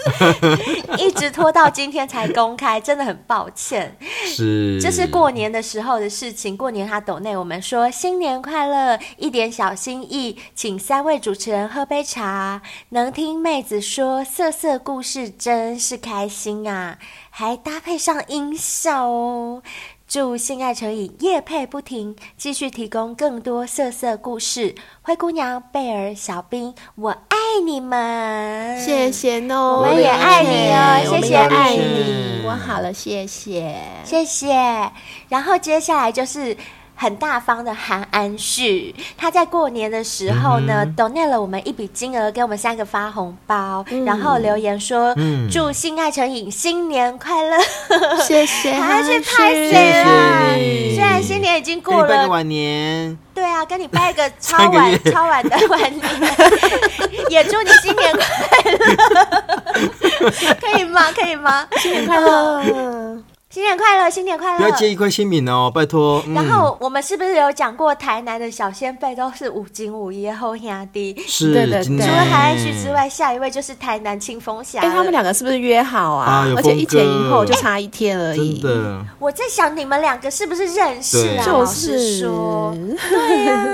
S3: 一直拖到今天才公开，真的很抱歉。
S4: 是，
S3: 这是过年的时候的事情。过年他抖内我们说新年快乐，一点小心意，请三位主持人喝杯茶。能听妹子说色色故事真是开心啊，还搭配上音效哦。祝性爱成瘾夜配不停，继续提供更多色色故事。灰姑娘、贝尔、小兵，我爱你们！
S2: 谢谢哦，
S3: 我们也爱你哦
S2: 我们
S3: 谢
S2: 也
S3: 谢
S2: 爱
S4: 谢谢
S2: 你，我好了，谢谢。
S3: 谢谢。然后接下来就是很大方的韩安旭，他在过年的时候呢
S4: 嗯，
S3: 抖、内了我们一笔金额，给我们三个发红包，然后留言说、
S4: 嗯
S3: 祝性爱成瘾新年快乐，
S2: 谢谢
S3: 还去
S2: 韩
S3: 拍
S2: 旭
S3: 谁啦？
S4: 谢谢你
S3: 虽然新年已经
S4: 跟你
S3: 过
S4: 拜
S3: 了
S4: 个，晚年，
S3: 对啊，跟你拜个超
S4: 三个
S3: 晚
S4: 月
S3: 超晚的晚年， 也祝你新年快乐， 可以吗？可以吗？
S2: 新年 快乐！
S3: 新年快乐，新年快乐！
S4: 不要接一块新品哦，拜托。嗯
S3: 然后我们是不是有讲过，台南的小先辈都是五金五爷后兄弟？
S4: 是
S2: 对对
S4: 今
S2: 对
S3: 除
S4: 天
S3: 了海岸旭之外，下一位就是台南清风侠
S2: 哎、
S3: 了。
S2: 他们两个是不是约好啊？
S4: 啊有
S2: 而且一前
S4: 峰哥
S2: 一后就差一天而
S4: 真
S2: 已。
S4: 的，
S3: 我在想你们两个是不是认识啊？
S4: 对
S2: 就
S3: 老
S2: 是
S3: 实说，对呀、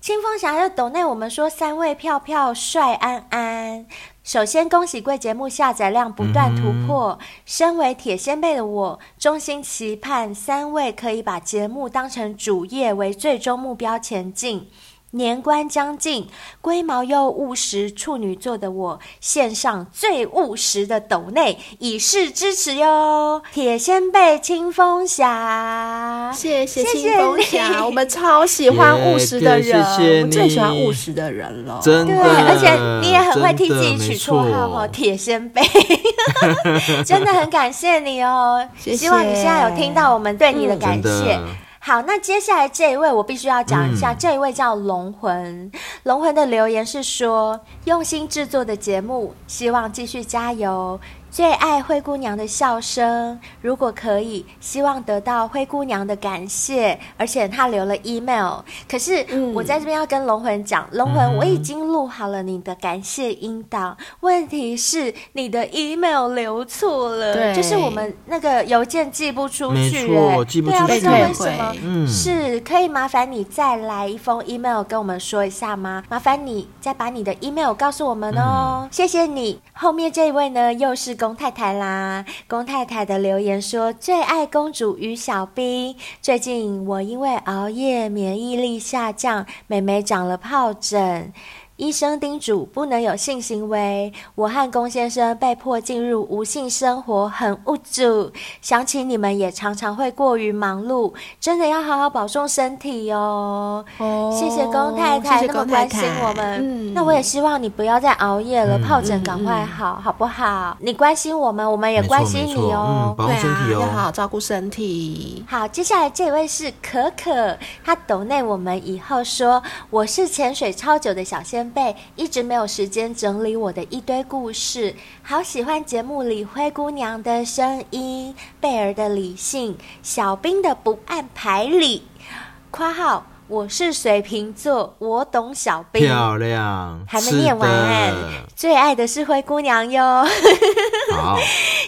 S3: 清风侠又抖内我们说三位票票帅安安。首先恭喜贵节目下载量不断突破，身为铁先辈的我，衷心期盼三位可以把节目当成主业为最终目标前进。年关将近，龟毛又务实处女座的我，献上最务实的斗内，以示支持哟！铁先辈清风侠，
S2: 谢谢
S3: 谢谢
S2: 清风
S3: 你
S2: 侠，我们超喜欢务实的
S4: 也
S2: 人，
S4: 谢谢
S2: 我最喜欢
S4: 你
S2: 务实的人了。
S4: 真的，
S3: 对，而且你也很会替
S4: 真
S3: 自
S4: 的
S3: 己取绰号哦，。铁先 辈，真的很感谢你哦。
S2: 谢谢
S3: 希望你现在有听到我们对你的感
S4: 嗯真
S3: 谢
S4: 的。
S3: 好，那接下来这一位我必须要讲一下，
S4: 嗯
S3: 这一位叫龙魂。龙魂的留言是说：用心制作的节目，希望继续加油。最爱灰姑娘的笑声，如果可以，希望得到灰姑娘的感谢。而且他留了 email，可是
S2: 嗯
S3: 我在这边要跟龙魂讲，龙魂，我已经录好了你的感谢音档，问题是你的 email 留错了，
S2: 对
S3: 就是我们那个邮件寄不出
S4: 没
S3: 去、
S4: 错
S3: 哎
S4: 寄不
S3: 对啊，
S4: 出
S3: 不
S2: 去
S3: 知道为
S2: 被退
S3: 什
S2: 回
S3: 么。
S4: 嗯，
S3: 是可以麻烦你再来一封 email 跟我们说一下吗？麻烦你再把你的 email 告诉我们哦，谢谢你。后面这一位呢，又是龚太太啦。龚太太的留言说：“最爱公主与小兵。最近我因为熬夜免疫力下降，妹妹长了疱疹。”医生叮嘱不能有性行为，我和龚先生被迫进入无性生活，很无助。想起你们也常常会过于忙碌，真的要好好保重身体哦。
S2: 哦
S3: 谢谢龚太太
S2: 谢
S3: 那么
S2: 谢龚太
S3: 关
S2: 太
S3: 心我们。
S2: 嗯
S3: 那我也希望你不要再熬夜了，
S4: 嗯
S3: 疱疹赶快好，好不好？你关心我们，我们也
S4: 没错
S3: 关心
S4: 没
S3: 你
S4: 错
S3: 哦
S4: 嗯。保护
S2: 对
S4: 身体
S2: 啊，
S4: 哦
S2: 要好好照顾身体。
S3: 好，接下来这位是可可，她抖内我们以后说，我是潜水超久的小先辈，一直没有时间整理我的一堆故事，好喜欢节目里灰姑娘的声音，贝儿的理性，小兵的不按牌理。（括号我是水瓶座，我懂小兵。）
S4: 漂亮，
S3: 还没
S4: 是
S3: 念完
S4: 的，
S3: 最爱的是灰姑娘哟。
S4: 好，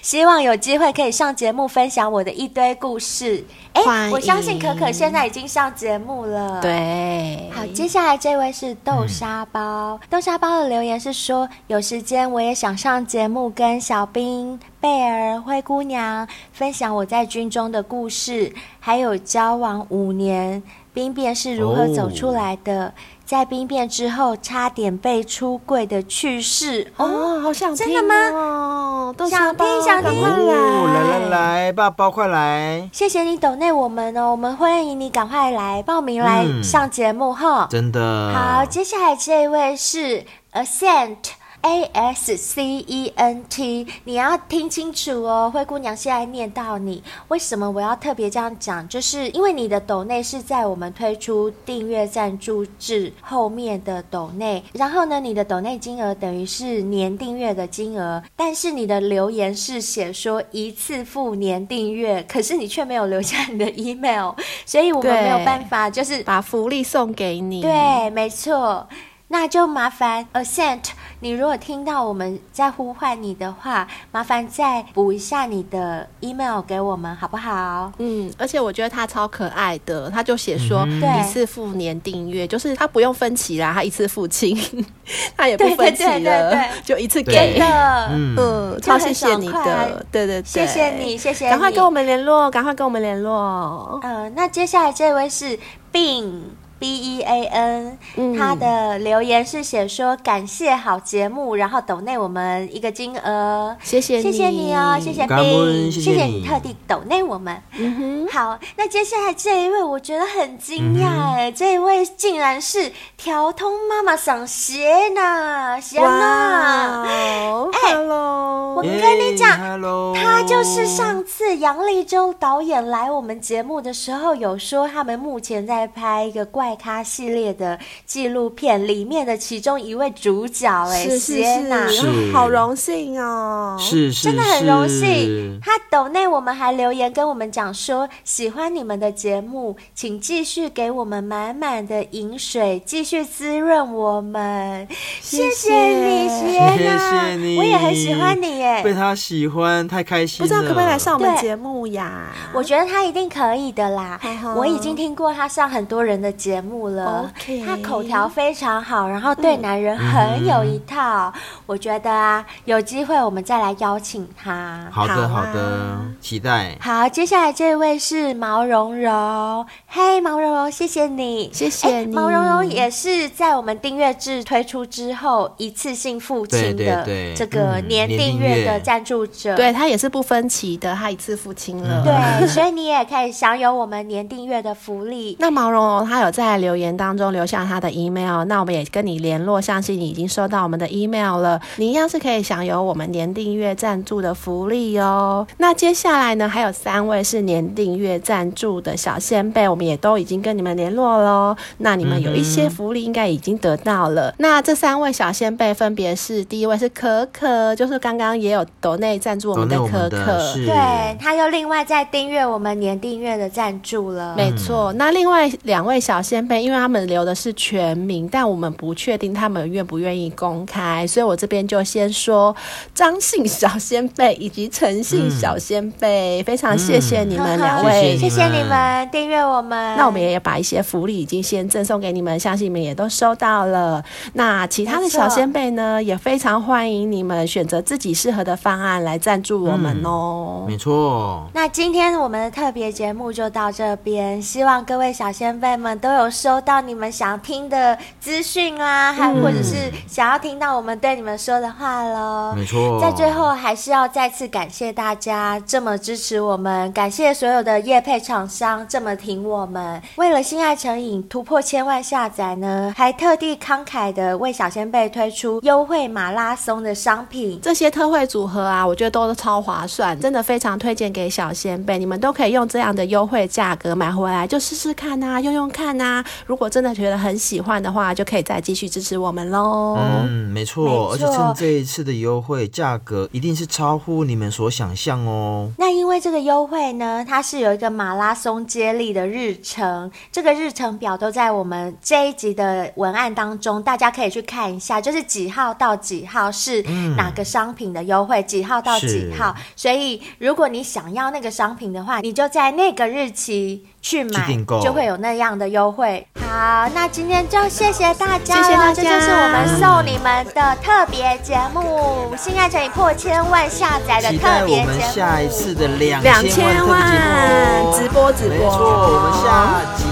S3: 希望有机会可以上节目分享我的一堆故事。哎
S2: 欢，迎
S3: 我相信可可现在已经上节目了。。
S2: 对，
S3: 好，接下来这位是豆沙包。豆沙包的留言是说，有时间我也想上节目，跟小兵、贝儿、灰姑娘分享我在军中的故事，还有交往五年，兵变是如何走出来的，在兵变之后差点被出柜的趣事。哦，
S2: 哦，好想听、哦、
S3: 真的
S2: 吗？豆沙包
S3: 想听想
S2: 赶
S3: 听
S2: 快
S4: 哦，来
S2: 来
S4: 来来，爸包快来，
S3: 谢谢你抖内我们哦，我们欢迎你赶快来报名来
S4: 嗯
S3: 上节目哈。
S4: 真的，
S3: 好，接下来这一位是 Ascent。A S C E N T，你要听清楚哦，灰姑娘现在念到你。为什么我要特别这样讲？就是因为你的抖内是在我们推出订阅赞助制后面的抖内，然后呢，你的抖内金额等于是年订阅的金额，但是你的留言是写说一次付年订阅，可是你却没有留下你的 email，所以我们
S2: 对
S3: 没有办法，就是
S2: 把福利送给你。
S3: 对，没错。那就麻烦 Ascent，你如果听到我们在呼唤你的话，麻烦再补一下你的 email 给我们，好不好？
S2: 嗯，而且我觉得他超可爱的，他就写说
S4: 嗯
S2: 一
S3: 对
S2: 次付年订阅，就是他不用分期啦，他一次付清， 他也不分期
S3: 对对对对
S2: 了
S3: 对，
S2: 就一次
S3: 真
S2: 给。
S3: 的，
S4: 嗯，
S2: 嗯，超谢谢你
S3: 这很爽快
S2: 的，对对对，
S3: 谢谢你，，谢谢你。
S2: 赶快跟我们联络，赶快跟我们联络。
S3: 呃，那接下来这位是 Bing B E A N，、
S2: 嗯
S3: 他的留言是写说感谢好节目，然后抖内我们一个金额，
S2: 谢谢你
S3: 谢谢你哦，谢谢
S4: 感恩
S3: B，
S4: 谢谢
S3: 谢
S4: 你
S3: 你特地抖内我们。
S2: 嗯哼，
S3: 好，那接下来这一位我觉得很惊讶哎，这一位竟然是调通妈啊妈赏鞋呢，鞋
S2: 哇
S3: 呢。
S2: 哦
S3: 哎
S2: ，Hello，
S3: 我跟你讲
S4: ，Hello，
S3: 他就是上次杨立洲导演来我们节目的时候，有说他们目前在拍一个怪咖系列的纪录片，里面的其中一位主角、哎，
S2: 是是
S3: 谢娜，
S2: 是，
S4: 是
S2: 好荣幸哦，
S4: 是是
S3: 真的很荣幸
S4: 是。
S3: 他抖内我们还留言跟我们讲说，喜欢你们的节目，请继续给我们满满的饮水，继续滋润我们。
S2: 谢
S3: 谢你，
S2: 谢
S3: 谢
S4: 谢
S3: 娜，
S4: 谢
S3: 啊
S4: 你，
S3: 我也很喜欢你耶。
S4: 被他喜欢，太开心
S2: 不
S4: 了。
S2: 知道可不可以来上我们
S3: 对
S2: 节目呀？
S3: 我觉得他一定可以的啦
S2: 好好，
S3: 我已经听过他上很多人的节目了
S2: OK
S3: 他口条非常好，然后
S4: 嗯
S3: 对男人很有一套。我觉得啊，有机会我们再来邀请他。
S4: 好的，
S2: 好
S4: 好
S2: 啊
S4: 的，期待。
S3: 好，接下来这位是毛茸茸，嘿，毛茸茸，谢谢你，
S2: 谢谢
S3: 哎
S2: 你
S3: 毛茸茸也是在我们订阅制推出之后一次性付清
S4: 对对
S3: 的
S4: 对
S3: 这个
S4: 嗯
S3: 年
S4: 年订
S3: 订阅的
S4: 阅
S3: 赞助者，
S2: 对他也是不分期的，他一次付清了。
S4: 嗯
S3: 对， 所以你也可以享有我们年订阅的福利。
S2: 那毛茸茸他有在留言当中留下他的 email，那我们也跟你联络，相信你已经收到我们的 email 了。你一样是可以享有我们年订阅赞助的福利哦。那接下来呢，还有三位是年订阅赞助的小先辈，我们也都已经跟你们联络喽。那你们有一
S4: 嗯
S2: 些福利应该已经得到了。那这三位小先辈分别是第一位是可可，就是刚刚也有抖内赞助我们的
S4: 那我
S2: 可
S4: 们
S2: 可，
S4: 的是
S3: 对，他又另外再订阅我们年订阅的赞助了。
S2: 没错，那另外两位小先辈，因为他们留的是全名，但我们不确定他们愿不愿意公开，所以我这边就先说张姓小先辈以及陈姓小先辈，非常谢谢你们两
S3: 呵呵
S2: 位。
S3: 嗯谢谢
S4: 谢谢
S3: 你
S4: 你
S3: 们
S4: 们
S3: 订阅我们。
S2: 那我们也把一些福利已经先赠送给你们，相信你们也都收到了。那其他的小先辈呢，也非常欢迎你们选择自己适合的方案来赞助我们哦。
S4: 没错，
S3: 那今天我们的特别节目就到这边，希望各位小先辈们都有收到你们想听的资讯啊，还
S4: 嗯
S3: 或者是想要听到我们对你们说的话喽。
S4: 没错。
S3: 在最后，还是要再次感谢大家这么支持我们，感谢所有的业配厂商这么挺我们。为了《性爱成瘾》突破千万下载呢，还特地慷慨的为小先辈推出优惠马拉松的商品。
S2: 这些特惠组合啊，我觉得都是超划算，真的非常推荐给小先辈，你们都可以用这样的优惠价格买回来就试试看呐、用用看呐、如果真的觉得很喜欢的话，就可以再继续支持我们喽。
S4: 嗯，没错，
S3: 没
S4: 而
S3: 错
S4: 且趁这一次的优惠，价格一定是超乎你们所想象哦。
S3: 那因为这个优惠呢，它是有一个马拉松接力的日程，这个日程表都在我们这一集的文案当中，大家可以去看一下，就是几号到几号是
S4: 嗯
S3: 哪个商品的优惠，几号到几号。所以如果你想要那个商品的话，你就在那个日期去买
S4: 去订，购
S3: 就会有那样的优惠。好，那今天就谢谢大家了，
S2: 谢谢大家
S3: 这就是我们送你们的特别节目《性爱成瘾破千万下载》的
S4: 期
S3: 特
S4: 待我
S3: 别节
S4: 们
S3: 目。
S4: 下一次的两
S2: 两
S4: 千
S2: 千
S4: 万特别节目
S2: 万
S4: 哦
S2: 直播直播
S4: 没错，我们下集